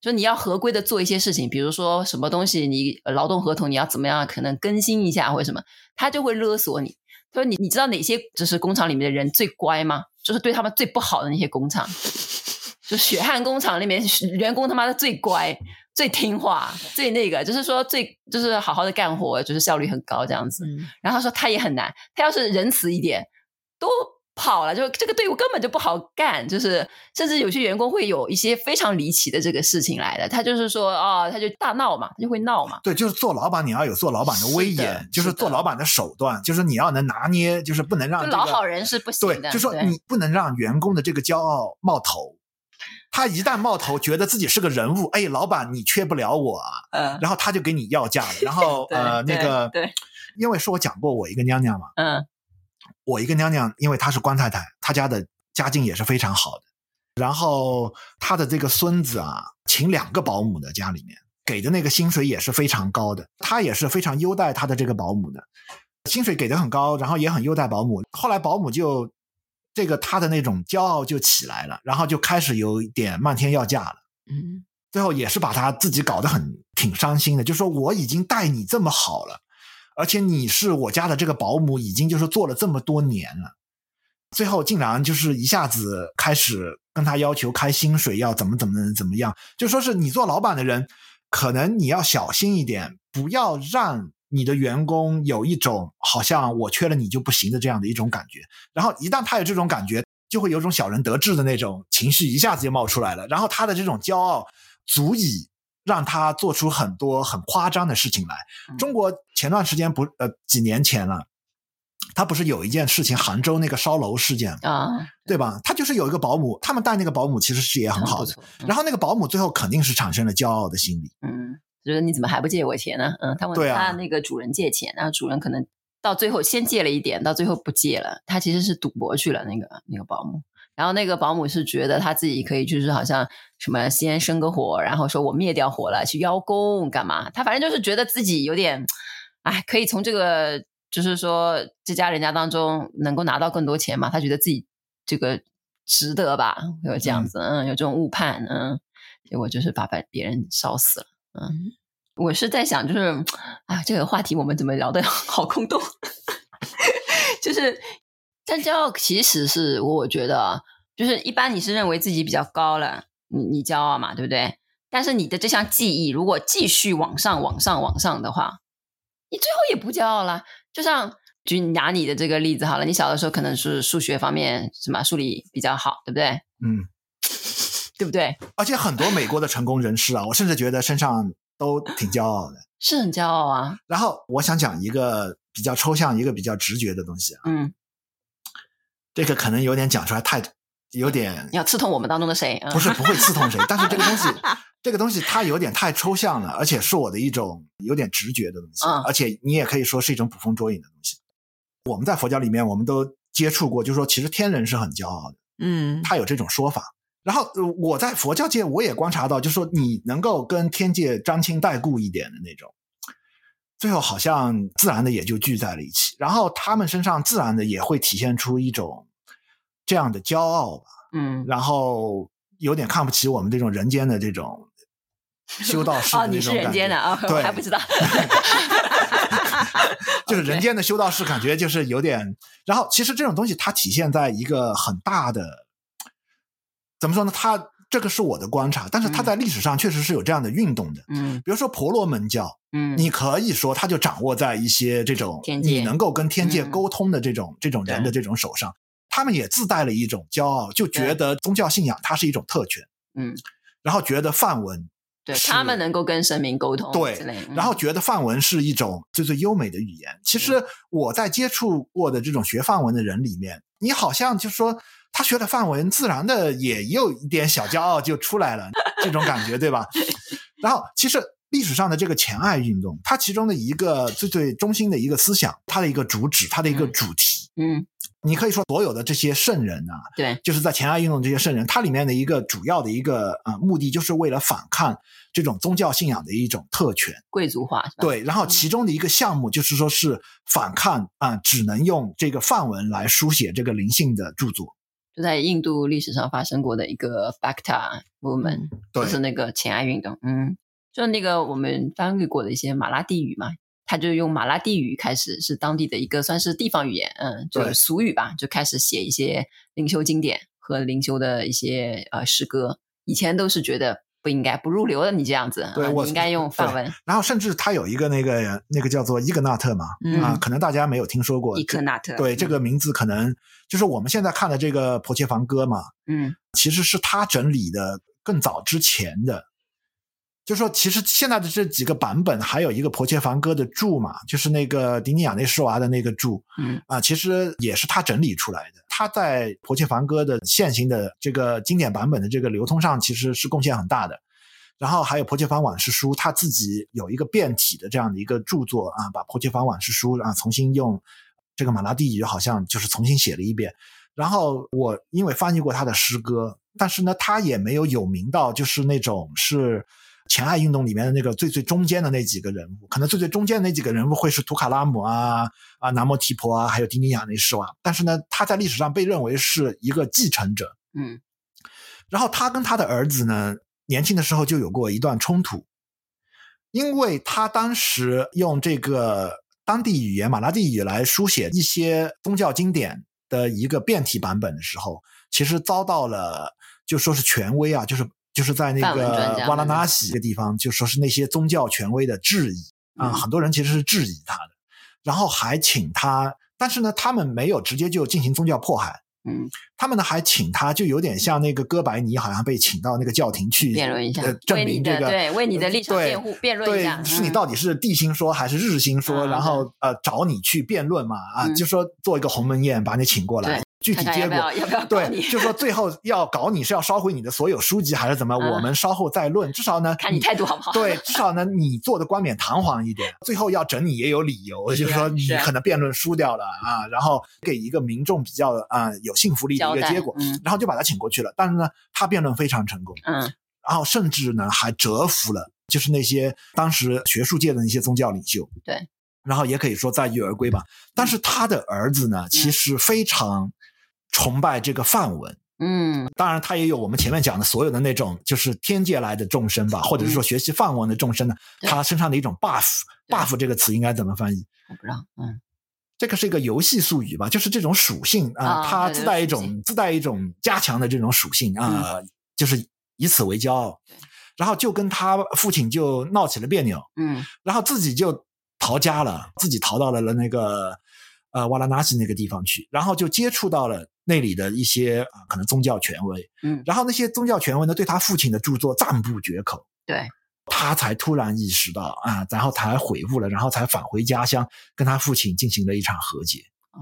Speaker 1: 就你要合规的做一些事情，比如说什么东西你呃劳动合同你要怎么样，可能更新一下或者什么，他就会勒索你。他说你你知道哪些就是工厂里面的人最乖吗？就是对他们最不好的那些工厂，就血汗工厂里面员工他妈的最乖。”最听话，最那个，就是说最就是好好的干活，就是效率很高这样子。
Speaker 2: 嗯
Speaker 1: 然后他说他也很难，他要是仁慈一点，都跑了，就这个队伍根本就不好干。就是甚至有些员工会有一些非常离奇的这个事情来的，他就是说哦，他就大闹嘛，他就会闹嘛。
Speaker 3: 对，就是做老板，你要有做老板的威
Speaker 1: 是的
Speaker 3: 严，就是是做
Speaker 1: 的
Speaker 3: 老板的手段，就是你要能拿捏，就是不能让、
Speaker 1: 就
Speaker 3: 啊这个、
Speaker 1: 老好人是不行
Speaker 3: 对
Speaker 1: 的，，
Speaker 3: 就说
Speaker 1: 对
Speaker 3: 你不能让员工的这个骄傲冒头。他一旦冒头，觉得自己是个人物，哎，老板你缺不了我啊，
Speaker 1: 嗯
Speaker 3: 然后他就给你要价了。然后
Speaker 1: (laughs) 对
Speaker 3: 呃，那
Speaker 1: 对
Speaker 3: 个
Speaker 1: 对，
Speaker 3: 因为是我讲过我一个娘娘嘛，
Speaker 1: 嗯
Speaker 3: 我一个娘娘，因为她是官太太，她家的家境也是非常好的。然后她的这个孙子啊，请两个保姆的家里面给的那个薪水也是非常高的，她也是非常优待她的这个保姆的，薪水给的很高，然后也很优待保姆。后来保姆就这个她的那种骄傲就起来了，然后就开始有一点漫天要价了。
Speaker 2: 嗯，
Speaker 3: 最后也是把他自己搞得很挺伤心的，就说我已经待你这么好了，而且你是我家的这个保姆，已经就是做了这么多年了，最后竟然就是一下子开始跟他要求开薪水，要怎么怎么怎么样，就说是你做老板的人，可能你要小心一点，不要让。你的员工有一种好像我缺了你就不行的这样的一种感觉，然后一旦他有这种感觉，就会有种小人得志的那种情绪一下子就冒出来了。然后他的这种骄傲，足以让他做出很多很夸张的事情来。
Speaker 1: 嗯
Speaker 3: 中国前段时间不呃几年前了，他不是有一件事情，杭州那个烧楼事件，
Speaker 1: 啊，
Speaker 3: 对吧？他就是有一个保姆，他们带那个保姆其实是也很好
Speaker 1: 不
Speaker 3: 的。
Speaker 1: 错。
Speaker 3: 然后那个保姆最后肯定是产生了骄傲的心理，
Speaker 1: 嗯，就是你怎么还不借我钱呢？嗯，他问
Speaker 3: 对啊
Speaker 1: 他那个主人借钱，然后主人可能到最后先借了一点，到最后不借了，他其实是赌博去了那个那个保姆。然后那个保姆是觉得他自己可以，就是好像什么先生个火，然后说我灭掉火了，去邀功干嘛？他反正就是觉得自己有点，哎，可以从这个就是说这家人家当中能够拿到更多钱嘛，他觉得自己这个值得吧，有这样子，嗯，有这种误判，嗯，结果就是把把别人烧死了。我是在想，就是啊，这个话题我们怎么聊的 (laughs) 好空洞？就是，但骄傲其实是我觉得啊，就是一般你是认为自己比较高了，你你骄傲嘛，对不对？但是你的这项技艺如果继续往上、往上、往上的话，你最后也不骄傲啦。就像举拿你的这个例子好了，你小的时候可能是数学方面什么数理比较好，对不对？
Speaker 3: 嗯，
Speaker 1: 对不对？
Speaker 3: 而且很多美国的成功人士啊，我甚至觉得身上都挺骄傲的。
Speaker 1: 是很骄傲啊，
Speaker 3: 然后我想讲一个比较抽象、一个比较直觉的东西啊，
Speaker 1: 嗯，
Speaker 3: 这个可能有点讲出来太有点
Speaker 1: 你要刺痛我们当中的谁？嗯、
Speaker 3: 不是不会刺痛谁，但是这个东西，这个东西它有点太抽象了，而且是我的一种有点直觉的东西，
Speaker 1: 嗯
Speaker 3: 而且你也可以说是一种捕风捉影的东西。我们在佛教里面，我们都接触过，就是说，其实天人是很骄傲的，
Speaker 2: 嗯，
Speaker 3: 他有这种说法。然后呃我在佛教界我也观察到，就是说你能够跟天界沾亲带故一点的那种，最后好像自然的也就聚在了一起。然后他们身上自然的也会体现出一种这样的骄傲吧。
Speaker 1: 嗯，
Speaker 3: 然后有点看不起我们这种人间的这种修道士
Speaker 1: 哦，
Speaker 3: 的
Speaker 1: 你
Speaker 3: 那
Speaker 1: 是
Speaker 3: 种感觉。
Speaker 1: 人间的啊，我
Speaker 3: 对
Speaker 1: 还不知道。
Speaker 3: 就是人
Speaker 1: OK
Speaker 3: 间的修道士，感觉就是有点。然后其实这种东西它体现在一个很大的，怎么说呢？它这个是我的观察，但是它在历史上确实是有这样的运动的。
Speaker 1: 嗯
Speaker 3: 比如说婆罗门教，
Speaker 1: 嗯，
Speaker 3: 你可以说它就掌握在一些这种
Speaker 1: 天界
Speaker 3: 你能够跟天界
Speaker 1: 嗯
Speaker 3: 沟通的这种这种人的这种手上，他们也自带了一种骄傲，就觉得宗教信仰它是一种特权，
Speaker 1: 嗯，
Speaker 3: 然后觉得梵文
Speaker 1: 对
Speaker 3: 是
Speaker 1: 他们能够跟神明沟通
Speaker 3: 对
Speaker 1: 之类的，嗯
Speaker 3: 然后觉得梵文是一种最最优美的语言。其实我在接触过的这种学梵文的人里面，你好像就说他学了梵文，自然的也有一点小骄傲就出
Speaker 1: (laughs)
Speaker 3: 来了，这种感觉对吧？然后其实历史上的这个前爱运动，它其中的一个最最中心的一个思想，它的一个主旨，它的一个
Speaker 1: 嗯
Speaker 3: 主题，
Speaker 4: 嗯，
Speaker 3: 你可以说所有的这些圣人呢、
Speaker 4: 对，
Speaker 3: 就是在前爱运动这些圣人，它里面的一个主要的一个呃目的，就是为了反抗这种宗教信仰的一种特权。
Speaker 1: 贵族化是吧？
Speaker 3: 对，
Speaker 4: 嗯
Speaker 3: 然后其中的一个项目就是说是反抗啊、只能用这个范文来书写这个灵性的著作。
Speaker 1: 就在印度历史上发生过的一个 Bhakta
Speaker 2: 嗯
Speaker 1: movement，
Speaker 3: 嗯对
Speaker 1: 就是那个前爱运动，嗯，就那个我们翻译过的一些马拉地语嘛，他就用马拉地语开始是当地的一个算是地方语言，嗯，就
Speaker 3: 对
Speaker 1: 是俗语吧，就开始写一些灵修经典和灵修的一些呃诗歌。以前都是觉得不应该不入流的，你这样子，
Speaker 3: 对
Speaker 1: 啊
Speaker 3: 我
Speaker 1: 你应该用范文，
Speaker 3: 然后甚至他有一个那个那个叫做伊格纳特嘛，
Speaker 1: 嗯
Speaker 3: 啊，可能大家没有听说过。
Speaker 4: 伊克纳特，嗯
Speaker 3: 对这个名字，可能就是我们现在看的这个《婆切凡歌》嘛，
Speaker 1: 嗯，
Speaker 3: 其实是他整理的更早之前的。就说其实现在的这几个版本，还有一个《婆切凡歌》的注嘛，就是那个迪尼亚内施娃的那个注，
Speaker 1: 嗯
Speaker 3: 啊，其实也是他整理出来的。他在《婆切凡歌》的现行的这个经典版本的这个流通上，其实是贡献很大的。然后还有《婆切凡往事书》，他自己有一个变体的这样的一个著作啊，把《婆切凡往事书》啊重新用这个马拉地语，好像就是重新写了一遍。然后我因为翻译过他的诗歌，但是呢，他也没有有名到就是那种是前爱运动里面的那个最最中间的那几个人物，可能最最中间的那几个人物会是图卡拉姆啊啊南莫提婆啊，还有迪尼亚内施瓦。但是呢，他在历史上被认为是一个继承者。
Speaker 1: 嗯，
Speaker 3: 然后他跟他的儿子呢，年轻的时候就有过一段冲突，因为他当时用这个当地语言马拉地语来书写一些宗教经典的一个变体版本的时候，其实遭到了就说是权威啊，就是就是在那
Speaker 1: 范文专
Speaker 3: 个
Speaker 1: 家嗯
Speaker 3: 瓦拉纳西这个地方，就说是那些宗教权威的质疑啊、
Speaker 1: 嗯
Speaker 3: 很多人其实是质疑他的，然后还请他，但是呢，他们没有直接就进行宗教迫害。
Speaker 1: 嗯，
Speaker 3: 他们呢还请他，就有点像那个哥白尼，好像被请到那个教廷去
Speaker 1: 辩论一下
Speaker 3: 呃，证
Speaker 1: 为你
Speaker 3: 明
Speaker 1: 的
Speaker 3: 这个呃
Speaker 1: 对，为你的立场
Speaker 3: 对
Speaker 1: 辩护辩论一
Speaker 3: 对
Speaker 1: 下，，
Speaker 3: 是你
Speaker 1: 嗯
Speaker 3: 到底是地心说还是日心说，
Speaker 1: 嗯
Speaker 3: 然后呃找你去辩论嘛啊，
Speaker 1: 嗯
Speaker 3: 就说做一个鸿门宴把你请过来
Speaker 1: 对，
Speaker 3: 具体
Speaker 1: 看看
Speaker 3: 结
Speaker 1: 要不
Speaker 3: 果
Speaker 1: 要要不要搞
Speaker 3: 对
Speaker 1: 你，，
Speaker 3: 就说最后要搞你是要烧毁你的所有书籍还
Speaker 1: (laughs)
Speaker 3: 是怎么，
Speaker 1: 嗯
Speaker 3: 我们稍后再论，至少呢
Speaker 1: 看你态度好不好？
Speaker 3: 对，至少呢，你做的冠冕堂皇一点，最后要整你也有理由，就是说你
Speaker 1: 是啊
Speaker 3: 可能辩论输掉了啊，然后给一个民众比较啊、有信服力的
Speaker 1: 交
Speaker 3: 一个
Speaker 1: 代
Speaker 3: 结果，
Speaker 1: 嗯
Speaker 3: 然后就把他请过去了。但是呢，他辩论非常成功，
Speaker 1: 嗯
Speaker 3: 然后甚至呢还折服了，就是那些当时学术界的那些宗教领袖。
Speaker 1: 对，
Speaker 3: 然后也可以说载誉而归吧。但是他的儿子呢，其实非常崇拜这个范文。
Speaker 1: 嗯
Speaker 3: 当然，他也有我们前面讲的所有的那种，就是天界来的众生吧，或者是说学习梵文的众生呢，
Speaker 1: 对
Speaker 3: 他身上的一种 buff。
Speaker 1: 对
Speaker 3: buff 这个词应该怎么翻译？
Speaker 1: 我不让，嗯。
Speaker 3: 这个是一个游戏术语吧，就是这种属性啊，
Speaker 1: 啊
Speaker 3: 它
Speaker 1: 对嗯
Speaker 3: 自带一
Speaker 1: 这个属
Speaker 3: 种自带一种加强的这种属性啊，就是以此为骄傲。然后就跟他父亲就闹起了别扭，
Speaker 1: 嗯
Speaker 3: 然后自己就逃家了，自己逃到了那个呃瓦拉纳西那个地方去，然后就接触到了那里的一些、呃、可能宗教权威，
Speaker 1: 嗯
Speaker 3: 然后那些宗教权威呢对他父亲的著作赞不绝口，
Speaker 1: 对，
Speaker 3: 他才突然意识到啊，然后才悔悟了，然后才返回家乡跟他父亲进行了一场和解。
Speaker 1: 哦，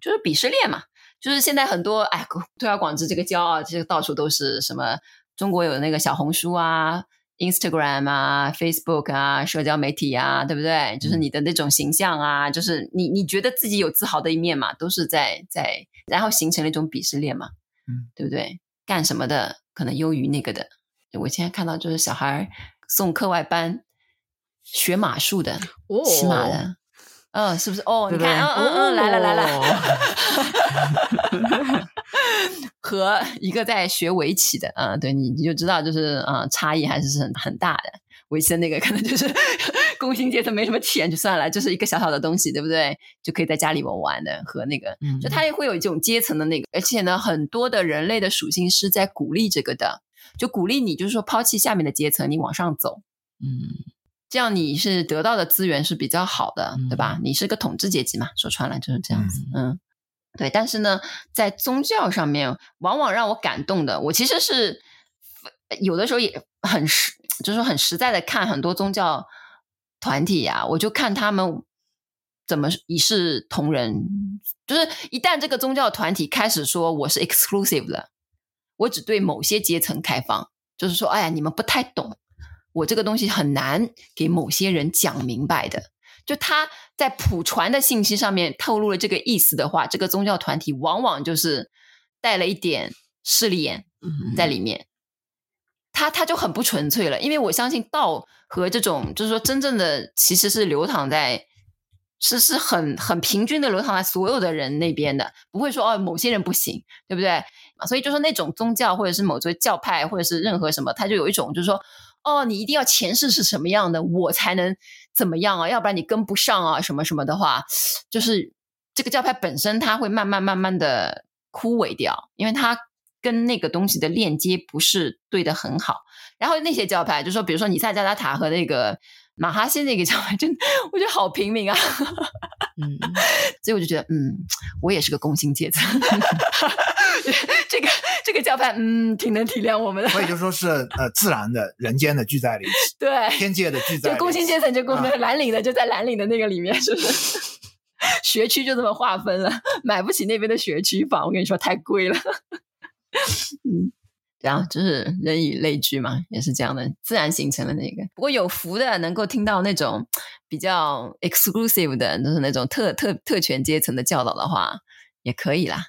Speaker 1: 就是鄙视链嘛，就是现在很多哎， (laughs) 推而广之这个骄傲，这个到处都是什么？中国有那个小红书啊、Instagram 啊、Facebook 啊、社交媒体啊，对不对？就是你的那种形象啊，就是你你觉得自己有自豪的一面嘛，都是在在，然后形成了一种鄙视链嘛，
Speaker 3: 嗯，
Speaker 1: 对不对？干什么的可能优于那个的。我现在看到就是小孩儿送课外班学马术的，
Speaker 2: 哦
Speaker 1: 骑马的，嗯，是不是？哦，你
Speaker 2: 对不对？哦
Speaker 1: 看，嗯嗯嗯，来了来了，
Speaker 2: 了，
Speaker 1: 和一个在学围棋的，嗯，对你你就知道，就是嗯，差异还是是很很大的。围棋的那个可能就是 (laughs) 工薪阶层没什么钱就算了，就是一个小小的东西，对不对？就可以在家里玩玩的，和那个 (laughs)
Speaker 2: 嗯
Speaker 1: 就它也会有一种阶层的那个，而且呢，很多的人类的属性是在鼓励这个的，就鼓励你，就是说抛弃下面的阶层，你往上走。
Speaker 2: 嗯，
Speaker 1: 这样你是得到的资源是比较好的，
Speaker 2: 嗯
Speaker 1: 对吧？你是个统治阶级嘛，说穿了就是这样子，嗯。对，但是呢，在宗教上面，往往让我感动的，我其实是有的时候也很实，就是说很实在的看很多宗教团体呀、我就看他们怎么一视同仁，就是一旦这个宗教团体开始说我是 exclusive 的，我只对某些阶层开放，就是说，哎呀，你们不太懂，我这个东西很难给某些人讲明白的。就他在普传的信息上面透露了这个意思的话，这个宗教团体往往就是带了一点势利眼
Speaker 2: 嗯
Speaker 1: 在里面。他他就很不纯粹了，因为我相信道和这种就是说真正的其实是流淌在是是很很平均的流淌在所有的人那边的，不会说哦某些人不行，对不对？啊所以就说那种宗教或者是某些教派或者是任何什么，他就有一种就是说哦你一定要前世是什么样的，我才能怎么样啊，要不然你跟不上啊什么什么的话，就是这个教派本身它会慢慢慢慢的枯萎掉，因为它跟那个东西的链接不是对的很好。然后那些教派，就说比如说尼萨加拉塔和那个马哈西那个教派，真的我觉得好平民啊， (laughs)
Speaker 2: 嗯，
Speaker 1: 所以我就觉得嗯，我也是个工薪阶层， (laughs) 这个这个教派嗯挺能体谅我们的，
Speaker 3: 所以就说是呃自然的人间的聚在了一起，
Speaker 1: (laughs) 对，
Speaker 3: 天界的聚在了
Speaker 1: 哎 (laughs) 就
Speaker 3: 一起，
Speaker 1: 工薪阶层就工
Speaker 3: 啊
Speaker 1: 在蓝领的就在蓝领的那个里面，是不是？ (laughs) 学区就这么划分了，买不起那边的学区房，我跟你说太贵了。 (laughs) 嗯，然后就是人以类聚嘛，也是这样的，自然形成的那个。不过有福的能够听到那种比较 exclusive 的，就是那种特特特权阶层的教导的话，也可以啦。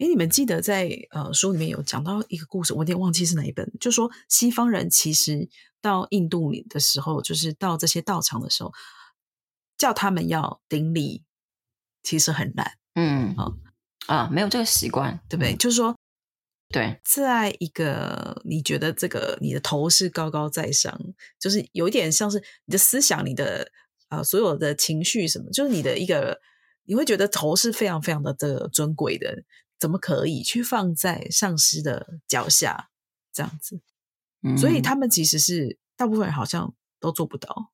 Speaker 2: 诶，你们记得在呃书里面有讲到一个故事，我有点忘记是哪一本，就说西方人其实到印度里的时候，就是到这些道场的时候，叫他们要顶礼，其实很难，
Speaker 1: 嗯，
Speaker 2: 好
Speaker 1: 啊，没有这个习惯，
Speaker 2: 对不对？就是说，
Speaker 1: 对，
Speaker 2: 在一个你觉得这个你的头是高高在上，就是有一点像是你的思想、你的呃所有的情绪什么，就是你的一个，你会觉得头是非常非常的这个尊贵的，怎么可以去放在上司的脚下这样子？
Speaker 1: 嗯
Speaker 2: 所以他们其实是大部分人好像都做不到。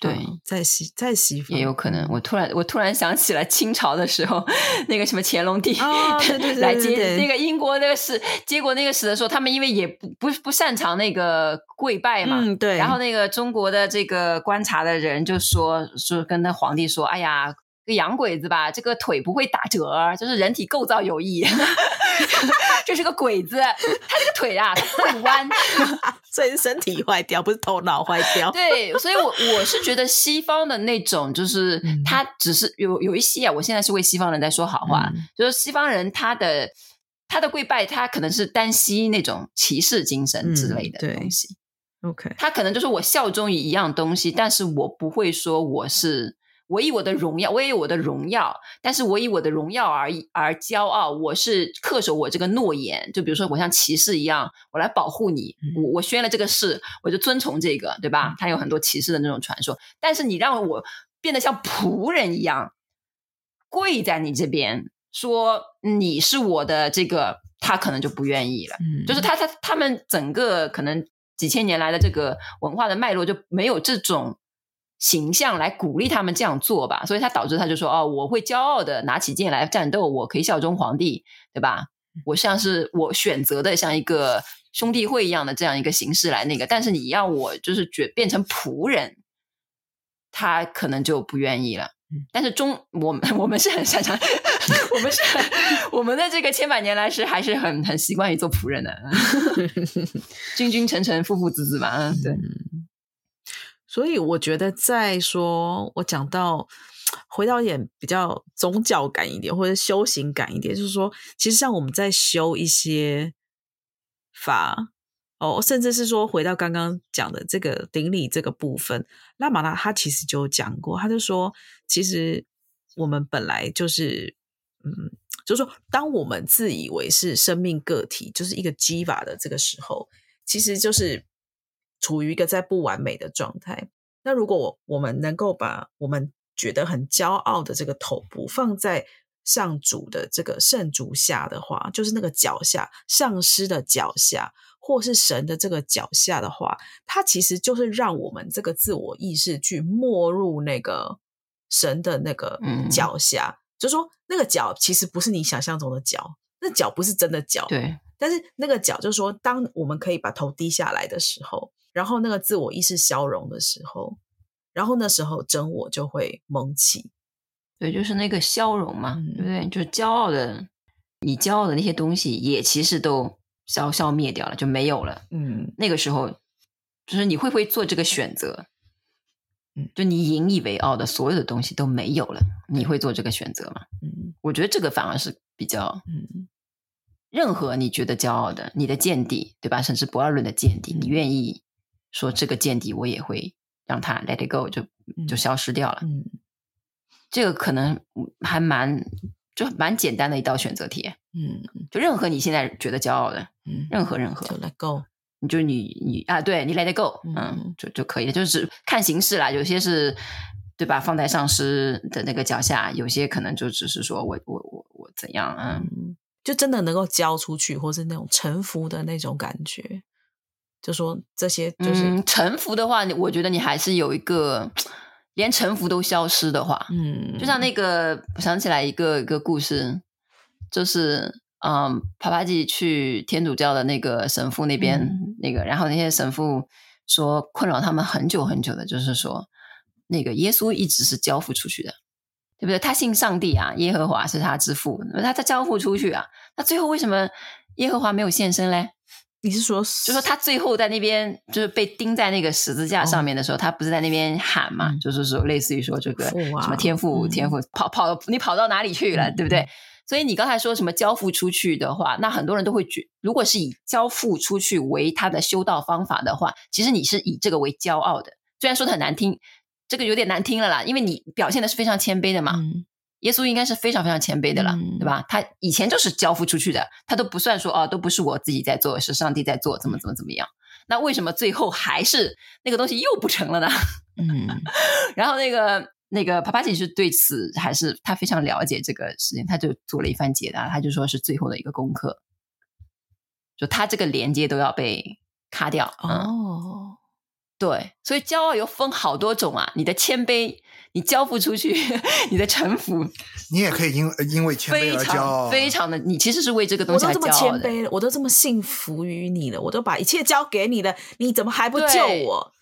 Speaker 1: 对。
Speaker 2: 嗯在西在西方
Speaker 1: 也有可能。我突然我突然想起了清朝的时候，那个什么乾隆帝、
Speaker 2: 啊
Speaker 1: (laughs)
Speaker 2: 对对对
Speaker 1: 来
Speaker 2: 对
Speaker 1: 接
Speaker 2: 对
Speaker 1: 那个英国那个使接国那个使的时候，他们因为也不不不擅长那个跪拜嘛。
Speaker 2: 嗯对，
Speaker 1: 然后那个中国的这个观察的人就说，说跟那皇帝说：“哎呀，这洋鬼子吧，这个腿不会打折儿，就是人体构造有异， (laughs) 这是个鬼子，他这个腿啊，他不会弯。”
Speaker 2: 所以是身体坏掉，不是头脑坏掉。
Speaker 1: 对，所以我，我是觉得西方的那种，就是
Speaker 2: 嗯
Speaker 1: 他只是有有一些啊，我现在是为西方人在说好话，
Speaker 2: 嗯
Speaker 1: 就是西方人他的他的跪拜，他可能是单吸那种骑士精神之类
Speaker 2: 嗯
Speaker 1: 的
Speaker 2: 对
Speaker 1: 东西，
Speaker 2: OK，
Speaker 1: 他可能就是我效忠于一样东西，但是我不会说我是。我以我的荣耀，我以我的荣耀，但是我以我的荣耀而而骄傲。我是恪守我这个诺言，就比如说我像骑士一样，我来保护你。
Speaker 2: 嗯
Speaker 1: 我我宣了这个誓，我就遵从这个，对吧？他有很多骑士的那种传说，但是你让我变得像仆人一样，跪在你这边说你是我的这个，他可能就不愿意了。
Speaker 2: 嗯
Speaker 1: 就是他他他们整个可能几千年来的这个文化的脉络就没有这种形象来鼓励他们这样做吧，所以他导致他就说哦，我会骄傲的拿起剑来战斗，我可以效忠皇帝，对吧？我像是我选择的像一个兄弟会一样的这样一个形式来那个，但是你要我就是觉变成仆人，他可能就不愿意了。但是中我们我们是很擅长， (laughs) 我们是很 (laughs) 我们的这个千百年来是还是很很习惯于做仆人的，君君臣臣，父父子子嘛，嗯对，
Speaker 2: 嗯所以我觉得，在说我讲到回到一点比较宗教感一点，或者修行感一点，就是说，其实像我们在修一些法哦，甚至是说回到刚刚讲的这个顶礼这个部分，拉玛拉他其实就有讲过，他就说，其实我们本来就是，嗯，就是说，当我们自以为是生命个体，就是一个激法的这个时候，其实就是处于一个在不完美的状态。那如果我我们能够把我们觉得很骄傲的这个头部放在上主的这个圣主下的话，就是那个脚下上师的脚下，或是神的这个脚下的话，它其实就是让我们这个自我意识去没入那个神的那个
Speaker 1: 嗯
Speaker 2: 脚下，就说那个脚其实不是你想象中的脚，那脚不是真的脚，
Speaker 1: 对，
Speaker 2: 但是那个脚就是说，当我们可以把头低下来的时候，然后那个自我意识消融的时候，然后那时候真我就会萌起。
Speaker 1: 对，就是那个消融嘛，
Speaker 2: 嗯
Speaker 1: 对不对？就是骄傲的，你骄傲的那些东西也其实都消消灭掉了，就没有了。
Speaker 2: 嗯，
Speaker 1: 那个时候，就是你会不会做这个选择？
Speaker 2: 嗯
Speaker 1: 就你引以为傲的所有的东西都没有了，你会做这个选择吗？
Speaker 2: 嗯
Speaker 1: 我觉得这个反而是比较
Speaker 2: 嗯
Speaker 1: 任何你觉得骄傲的，你的见地，对吧？甚至不二论的见地，你愿意说这个见地，我也会让它 let it go，就就
Speaker 2: 嗯
Speaker 1: 消失掉了。
Speaker 2: 嗯，
Speaker 1: 这个可能还蛮就蛮简单的一道选择题，
Speaker 2: 嗯
Speaker 1: 就任何你现在觉得骄傲的，
Speaker 2: 嗯，
Speaker 1: 任何任何
Speaker 2: 就 let go，
Speaker 1: 你就是你你啊，对你 let it go，
Speaker 2: 嗯
Speaker 1: 嗯，
Speaker 2: 嗯
Speaker 1: 就就可以了，就是看形式啦，有些是。对吧？放在上司的那个脚下，有些可能就只是说我我我我怎样，嗯，
Speaker 2: 嗯，就真的能够交出去，或是那种臣服的那种感觉，就说这些就是
Speaker 1: 嗯臣服的话，你我觉得你还是有一个连臣服都消失的话，
Speaker 2: 嗯，
Speaker 1: 就像那个，我想起来一个一个故事，就是嗯，帕帕吉去天主教的那个神父那边、
Speaker 2: 嗯
Speaker 1: 那个，然后那些神父说困扰他们很久很久的，就是说那个耶稣一直是交付出去的，对不对？他信上帝啊，耶和华是他之父，那他他交付出去啊，那最后为什么耶和华没有现身嘞？
Speaker 2: 你是说
Speaker 1: 就说他最后在那边就是被钉在那个十字架上面的时候，他不是在那边喊嘛，
Speaker 2: 哦嗯
Speaker 1: 就是说类似于说这个
Speaker 2: 父啊
Speaker 1: 什么天赋、
Speaker 2: 嗯
Speaker 1: 天赋跑跑你跑到哪里去了，
Speaker 2: 嗯
Speaker 1: 对不对？所以你刚才说什么交付出去的话，那很多人都会觉，如果是以交付出去为他的修道方法的话，其实你是以这个为骄傲的。虽然说的很难听，这个有点难听了啦，因为你表现的是非常谦卑的嘛。
Speaker 2: 嗯
Speaker 1: 耶稣应该是非常非常谦卑的了，
Speaker 2: 嗯
Speaker 1: 对吧？他以前就是交付出去的，他都不算说哦，都不是我自己在做，是上帝在做，
Speaker 2: 嗯
Speaker 1: 怎么怎么怎么样。那为什么最后还是那个东西又不成了呢？ (laughs)
Speaker 2: 嗯
Speaker 1: 然后那个那个帕帕奇是对此还是他非常了解这个事情，他就做了一番解答，他就说是最后的一个功课，就他这个连接都要被卡掉。嗯，
Speaker 2: 哦，
Speaker 1: 对，所以骄傲有分好多种啊，你的谦卑，你交付出去， (laughs) 你的臣服，
Speaker 5: 你也可以因因为谦卑
Speaker 1: 非
Speaker 5: 而骄傲
Speaker 3: 啊
Speaker 1: 常，非常的，你其实是为这个东
Speaker 2: 我
Speaker 1: 西
Speaker 2: 都
Speaker 1: 而
Speaker 2: 这么
Speaker 1: 骄
Speaker 2: 谦
Speaker 1: 傲的。
Speaker 2: 卑了，我都这么信服于你了，我都把一切交给你了，你怎么还不救
Speaker 1: 对
Speaker 2: 我？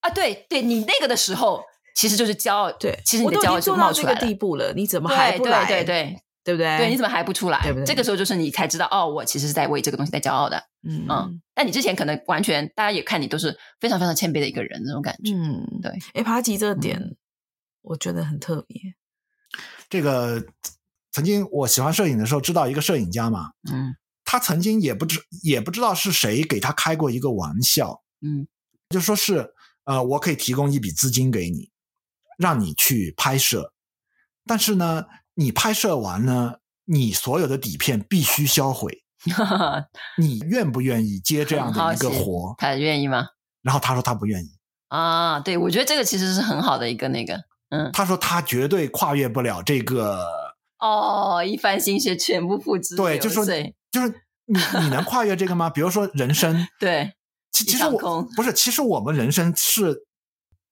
Speaker 1: 啊，对对，你那个的时候其实就是骄傲，
Speaker 2: 对，
Speaker 1: 其实你
Speaker 2: 我
Speaker 1: 的
Speaker 2: 都
Speaker 1: 骄
Speaker 2: 已经
Speaker 1: 傲就
Speaker 2: 做到
Speaker 1: 冒
Speaker 2: 这
Speaker 1: 出
Speaker 2: 个
Speaker 1: 来了。
Speaker 2: 地步了，你怎么还
Speaker 1: 对
Speaker 2: 不
Speaker 1: 对
Speaker 2: 来？
Speaker 1: 对对
Speaker 2: 对不对？
Speaker 1: 对，你怎么还不出来
Speaker 2: 对不对？
Speaker 1: 这个时候就是你才知道，哦，我其实是在为这个东西在骄傲的。
Speaker 2: 嗯
Speaker 1: 嗯但你之前可能完全，大家也看你都是非常非常谦卑的一个人，那种感觉。
Speaker 2: 嗯，
Speaker 1: 对，嗯
Speaker 2: 哎，帕吉这点我觉得很特
Speaker 1: (laughs)
Speaker 2: 别，
Speaker 3: 这个曾经我喜欢摄影的时候，知道一个摄影家嘛，
Speaker 1: (laughs) 嗯
Speaker 3: 他曾经也不知也不知道是谁给他开过一个玩笑，
Speaker 1: 嗯
Speaker 3: 就说是呃，我可以提供一笔资金给你，让你去拍摄，但是呢，你拍摄完呢，你所有的底片必须销毁，
Speaker 1: 嗯，
Speaker 3: 你愿不愿意接这样的一个
Speaker 1: 很好奇
Speaker 3: 活？
Speaker 1: 他愿意吗？
Speaker 3: 然后他说他不愿意，
Speaker 1: 啊，对，我觉得这个其实是很好的一个那个，嗯，
Speaker 3: 他说他绝对跨越不了这个，
Speaker 1: 哦，一番心血全部付之
Speaker 3: 对，
Speaker 1: 流
Speaker 3: 就说
Speaker 1: 水
Speaker 3: 就是你你能跨越这个吗？比如说人生，
Speaker 1: 对，
Speaker 3: 其
Speaker 1: 一
Speaker 3: 其实
Speaker 1: 场
Speaker 3: 我
Speaker 1: 空
Speaker 3: 不是，其实我们人生是，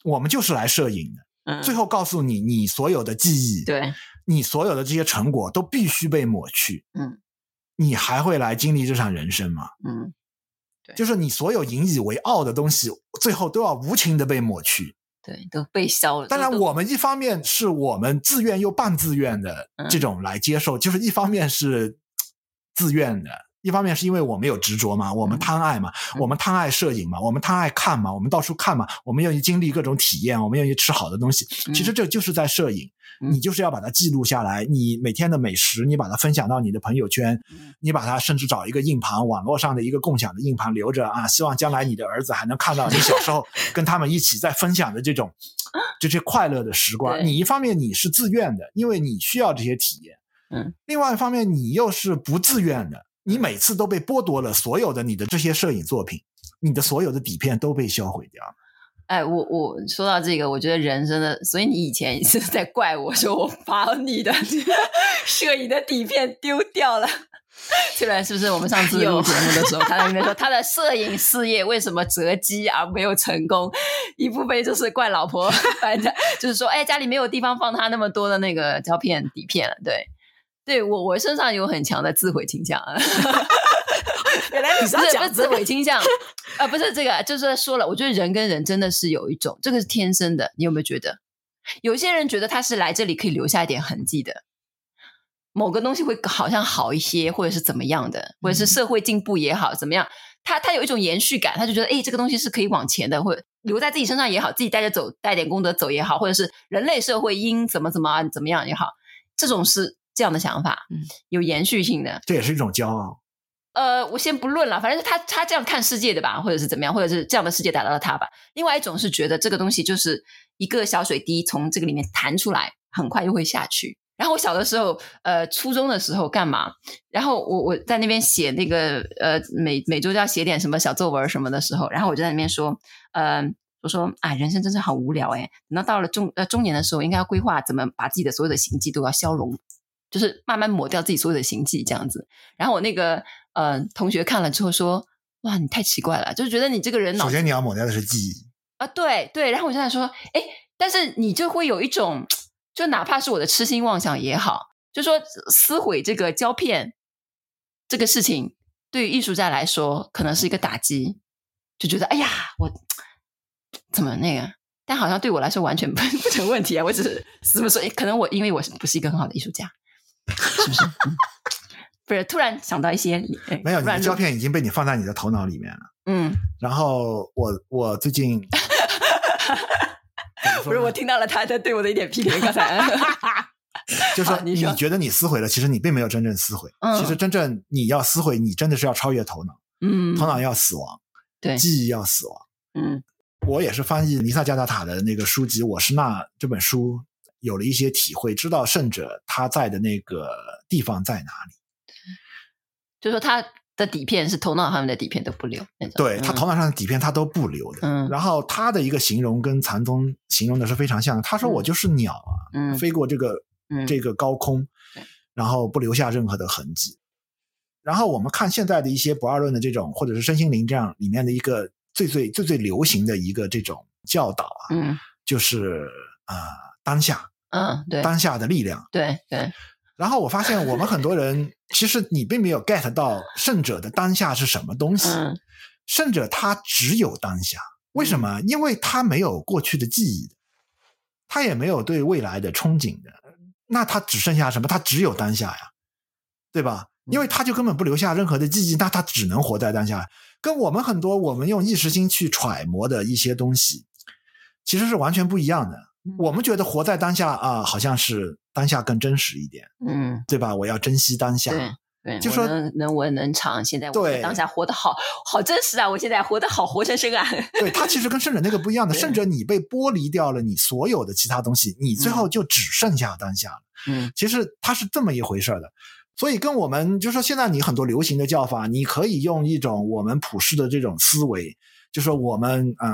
Speaker 3: 我们就是来摄影的。
Speaker 1: 嗯，
Speaker 3: 最后告诉你，你所有的记忆，
Speaker 1: 对，
Speaker 3: 你所有的这些成果都必须被抹去。
Speaker 1: 嗯，
Speaker 3: 你还会来经历这场人生吗？
Speaker 1: 嗯，
Speaker 3: 就是你所有引以为傲的东西，最后都要无情的被抹去。
Speaker 1: 对，都被消了。
Speaker 3: 当然，
Speaker 1: 都
Speaker 3: 我们一方面是我们自愿又半自愿的
Speaker 1: 嗯
Speaker 3: 这种来接受，就是一方面是嘖自愿的，一方面是因为我们有执着嘛，我们
Speaker 1: 嗯
Speaker 3: 贪爱嘛，
Speaker 1: 嗯
Speaker 3: 我们贪爱摄影嘛，我们贪爱看嘛，我们到处看嘛，我们愿意经历各种体验，我们愿意吃好的东西。
Speaker 1: 嗯
Speaker 3: 其实这就是在摄影，
Speaker 1: 嗯
Speaker 3: 你就是要把它记录下来，你每天的美食，你把它分享到你的朋友圈，你把它甚至找一个硬盘，网络上的一个共享的硬盘留着啊，希望将来你的儿子还能看到你小
Speaker 1: (laughs)
Speaker 3: 时候跟他们一起在分享的这种这些快乐的时光。
Speaker 1: 啊对
Speaker 3: 你一方面你是自愿的，因为你需要这些体验，
Speaker 1: 嗯，
Speaker 3: 另外一方面你又是不自愿的，你每次都被剥夺了所有的你的这些摄影作品，你的所有的底片都被销毁掉了。
Speaker 1: 哎，我我说到这个，我觉得人真的，所以你以前是 (laughs) 在怪我说我把你的 (laughs) 摄影的底片丢掉了。虽然是不是我们上次录
Speaker 4: 有
Speaker 1: 节目的时候，他在那边说他的摄影事业为什么折机而没有成功，一部分就是怪老婆， (laughs) 反正就是说，哎，家里没有地方放他那么多的那个胶片底片了。对，对我我身上有很强的自毁倾向。啊
Speaker 2: 原来你是
Speaker 1: 不
Speaker 2: 要
Speaker 1: 是不
Speaker 2: 讲
Speaker 1: 是
Speaker 2: 这
Speaker 1: 自
Speaker 2: 个
Speaker 1: 毁倾
Speaker 2: (laughs)
Speaker 1: 向啊，不是这个，就是说了，我觉得人跟人真的是有一种，这个是天生的，你有没有觉得？有些人觉得他是来这里可以留下一点痕迹的，某个东西会好像好一些，或者是怎么样
Speaker 2: 嗯
Speaker 1: 的，或者是社会进步也好，怎么样？他他有一种延续感，他就觉得哎，这个东西是可以往前的，或者留在自己身上也好，自己带着走，带点功德走也好，或者是人类社会应怎么怎么啊怎么样也好，这种是这样的想法，
Speaker 2: 嗯
Speaker 1: 有延续性的。
Speaker 6: 这也是一种骄傲。
Speaker 1: 呃，我先不论了，反正他他这样看世界的吧，或者是怎么样，或者是这样的世界打到了他吧。另外一种是觉得这个东西就是一个小水滴从这个里面弹出来，很快又会下去。然后我小的时候，呃，初中的时候干嘛？然后我我在那边写那个呃每每周都要写点什么小作文什么的时候，然后我就在那边说，呃，我说啊，人生真是好无聊哎。等到到了中呃中年的时候，应该要规划怎么把自己的所有的行迹都要消融，就是慢慢抹掉自己所有的行迹这样子。然后我那个呃同学看了之后说：“哇，你太奇怪了，就是觉得你这个人脑
Speaker 3: 首
Speaker 1: 子
Speaker 3: 先你要抹掉的是记忆，
Speaker 1: 啊，对对。”然后我就在说：“哎，但是你就会有一种，就哪怕是我的痴心妄想也好，就说撕毁这个胶片这个事情，对于艺术家来说可能是一个打击，就觉得哎呀，我怎么那个。”但好像对我来说完全 (laughs) 不不成问题啊！我只是怎么说？可能我因为我是不是一个很好的艺术家，是不是？嗯不是，突然想到一些哎
Speaker 3: 没有你
Speaker 1: 乱
Speaker 3: 的
Speaker 1: 入
Speaker 3: 胶片已经被你放在你的头脑里面了。
Speaker 1: 嗯，
Speaker 3: 然后我我
Speaker 1: (laughs)
Speaker 3: 最近怎么说呢
Speaker 1: 不是，我听到了他他对我的一点批评，刚
Speaker 3: (laughs)
Speaker 1: 才
Speaker 2: (laughs)
Speaker 3: 就是
Speaker 1: 好
Speaker 3: 说
Speaker 1: 啊你
Speaker 3: 你
Speaker 1: 说
Speaker 3: 觉得你撕毁了，其实你并没有真正撕毁。
Speaker 1: 嗯
Speaker 3: 其实真正你要撕毁，你真的是要超越头脑，
Speaker 1: 嗯
Speaker 3: 头脑要死亡，
Speaker 1: 对
Speaker 3: 记忆要死亡。
Speaker 7: 嗯
Speaker 3: 我也是翻译尼萨加达塔的那个书籍《我是那》这本书，有了一些体会，知道圣者他在的那个地方在哪里。
Speaker 1: 就说他的底片是头脑上面的底片都不留那种，
Speaker 3: 对
Speaker 1: 嗯
Speaker 3: 他头脑上的底片，他都不留的。
Speaker 1: 嗯
Speaker 3: 然后他的一个形容跟禅宗形容的是非常像的。他说：“
Speaker 1: 嗯
Speaker 3: 我就是鸟啊，
Speaker 1: 嗯
Speaker 3: 飞过这个、
Speaker 1: 嗯
Speaker 3: 这个高空
Speaker 1: 对，
Speaker 3: 然后不留下任何的痕迹。”然后我们看现在的一些不二论的这种，或者是身心灵这样里面的一个最最最最流行的一个这种教导啊，
Speaker 1: 嗯
Speaker 3: 就是啊、呃当下
Speaker 1: 嗯对
Speaker 3: 当下的力量。
Speaker 1: 对对
Speaker 3: 然后我发现我们很多人其实你并没有 get 到圣者的当下是什么东西。
Speaker 1: 嗯
Speaker 3: 圣者他只有当下，为什么？因为他没有过去的记忆，他也没有对未来的憧憬的，那他只剩下什么？他只有当下呀，对吧？因为他就根本不留下任何的记忆，那他只能活在当下。跟我们很多我们用意识心去揣摩的一些东西，其实是完全不一样的。我们觉得活在当下啊，好像是当下更真实一点，
Speaker 1: 嗯
Speaker 3: 对吧？我要珍惜当下。
Speaker 1: 对。对，
Speaker 3: 就
Speaker 1: 我
Speaker 3: 说
Speaker 1: 能能文能唱，现在我
Speaker 3: 对
Speaker 1: 当下活得好好真实啊！我现在活得好活生
Speaker 3: (laughs)
Speaker 1: 生啊！
Speaker 3: 对，它其实跟圣者那个不
Speaker 1: (laughs)
Speaker 3: 一样的，
Speaker 1: 对
Speaker 3: 圣者你被剥离掉了你所有的其他东西，你最后就只剩下当下了。
Speaker 1: 嗯，
Speaker 3: 其实它是这么一回事儿的。所以跟我们就说，现在你很多流行的叫法，你可以用一种我们普世的这种思维，就说我们呃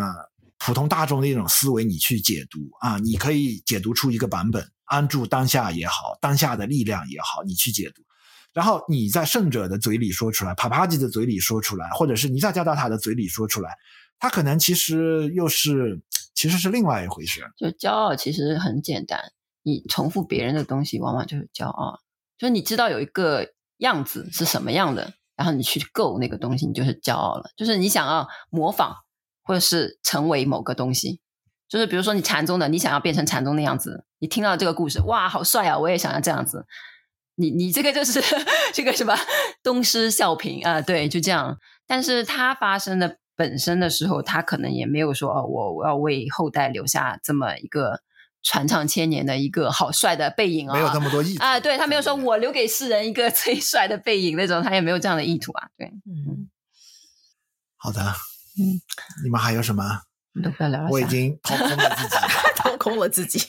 Speaker 3: 普通大众的一种思维，你去解读啊，你可以解读出一个版本，安住当下也好，当下的力量也好，你去解读。然后你在圣者的嘴里说出来，帕帕吉的嘴里说出来，或者是尼萨加达塔的嘴里说出来，他可能其实又是其实是另外一回事。
Speaker 1: 就骄傲其实很简单，你重复别人的东西，往往就是骄傲。就是你知道有一个样子是什么样的，然后你去够那个东西，你就是骄傲了。就是你想要模仿或者是成为某个东西，就是比如说你禅宗的，你想要变成禅宗那样子，你听到这个故事，哇，好帅啊，我也想要这样子。你你这个就是 (laughs) 这个什么东施效颦啊、对，就这样。但是它发生的本身的时候，它可能也没有说哦，我我要为后代留下这么一个传唱千年的一个好帅的背影啊，
Speaker 3: 没有那么多意图
Speaker 1: 啊，对他没有
Speaker 3: 在
Speaker 1: 说
Speaker 3: 里面
Speaker 1: 我留给世人一个最帅的背影那种，他也没有这样的意图啊，对，
Speaker 2: 嗯，
Speaker 3: 好的，
Speaker 1: 嗯，
Speaker 3: 你们还有什么？
Speaker 1: 你都不要聊了，
Speaker 3: 我已
Speaker 1: (laughs)
Speaker 3: 经掏空了自己。
Speaker 2: 掏空了自己。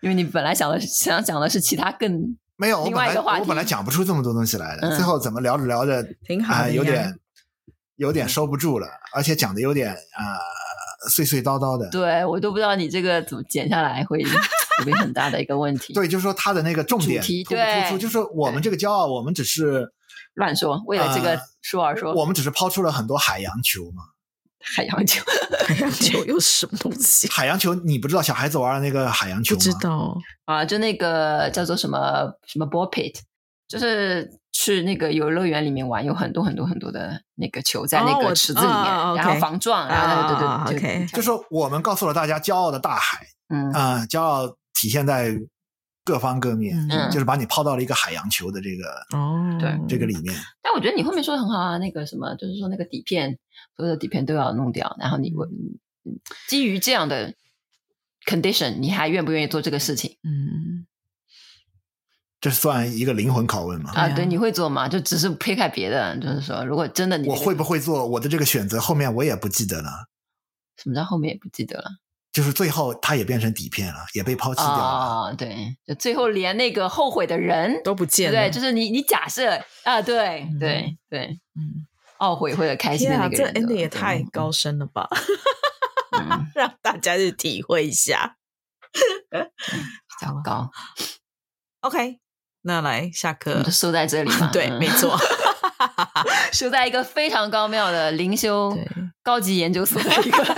Speaker 1: 因为你本来想的是 (laughs) 想讲的是其他更
Speaker 3: 没有，我
Speaker 1: 另
Speaker 3: 本
Speaker 1: 外一
Speaker 3: 来
Speaker 1: 个话
Speaker 3: 我本来
Speaker 1: 题
Speaker 3: 讲不出这么多东西来的，
Speaker 1: 嗯
Speaker 3: 最后怎么聊着聊着，
Speaker 2: 挺好
Speaker 3: 啊、
Speaker 2: 的
Speaker 3: 有
Speaker 2: 呀
Speaker 3: 点有
Speaker 1: 嗯
Speaker 3: 点收不住了，而且讲的有点啊、碎碎叨叨的。
Speaker 1: 对我都不知道你这个怎么剪下来会会有很大的一个问题，
Speaker 3: 对，就是说他的那个重
Speaker 1: 主
Speaker 3: 点
Speaker 1: 题
Speaker 3: 突不
Speaker 1: 对
Speaker 3: 突出，就是我们这个骄傲，我们只是
Speaker 1: 乱说，为了这个
Speaker 2: 啊
Speaker 3: 呃
Speaker 1: 说而说， (laughs)
Speaker 3: 我们只是抛出了很多海洋球嘛。
Speaker 1: 海洋球，
Speaker 2: (laughs) 酒又是什么东
Speaker 3: (laughs)
Speaker 2: 西？
Speaker 3: 海洋球，你不知道小孩子玩的那个海洋球
Speaker 2: 不
Speaker 3: 吗？
Speaker 2: 知道，
Speaker 1: 啊，就那个叫做什么什么 ball pit，就是去那个游乐园里面玩，有很多很多很多的那个球在那
Speaker 2: 哦
Speaker 1: 个
Speaker 2: 我
Speaker 1: 池子
Speaker 2: 啊
Speaker 1: 里面，
Speaker 2: 啊
Speaker 1: 然后
Speaker 2: OK
Speaker 1: 防撞，然后对对
Speaker 2: 啊
Speaker 1: 对就
Speaker 2: OK
Speaker 3: 就说我们告诉了大家骄傲的大海
Speaker 1: 嗯
Speaker 3: 啊、骄傲体现在各方各面，
Speaker 1: 嗯
Speaker 3: 就是把你抛到了一个海洋球的这个、
Speaker 2: 哦，
Speaker 1: 对
Speaker 3: 这个里面。
Speaker 1: 但我觉得你后面说的很好啊，那个什么，就是说那个底片，所有的底片都要弄掉，然后你
Speaker 2: 嗯
Speaker 1: 我基于这样的 condition，你还愿不愿意做这个事情
Speaker 2: 嗯，
Speaker 3: 这算一个灵魂拷问吗？
Speaker 1: 啊？
Speaker 2: 对啊
Speaker 1: 对，你会做吗？就只是撇开别的，就是说，如果真的你
Speaker 3: 我会不会做我的这个选择，后面我也不记得了，
Speaker 1: 什么叫后面也不记得了
Speaker 3: 就是最后它也变成底片了，也被抛弃掉了。
Speaker 1: 啊、对，就最后连那个后悔的人
Speaker 2: 都不见
Speaker 1: 对
Speaker 2: 了，
Speaker 1: 不对，就是你你假设啊，对
Speaker 2: 嗯
Speaker 1: 对对，
Speaker 2: 嗯
Speaker 1: 懊悔或者开心的
Speaker 2: 天
Speaker 1: 那
Speaker 2: 啊，
Speaker 1: 个
Speaker 2: 这
Speaker 1: 人的，
Speaker 2: ending 也
Speaker 1: 对
Speaker 2: 太高深了吧，
Speaker 1: 嗯
Speaker 2: 让大家去体会一下。
Speaker 1: 糟糕，
Speaker 2: OK，那来下
Speaker 1: 我
Speaker 2: 课。
Speaker 1: 们就。收在这里吧
Speaker 2: (laughs) 对，
Speaker 1: 嗯
Speaker 2: 没
Speaker 1: (laughs)
Speaker 2: 错，
Speaker 1: 收在一个非常高妙的灵修
Speaker 2: 对
Speaker 1: 高级研究所的一个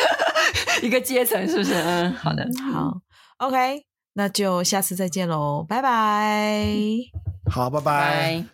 Speaker 1: (laughs) 一个阶层，是不是？嗯，好的，
Speaker 2: 好，OK，那就下次再见喽，拜拜。
Speaker 3: 好，拜
Speaker 1: 拜。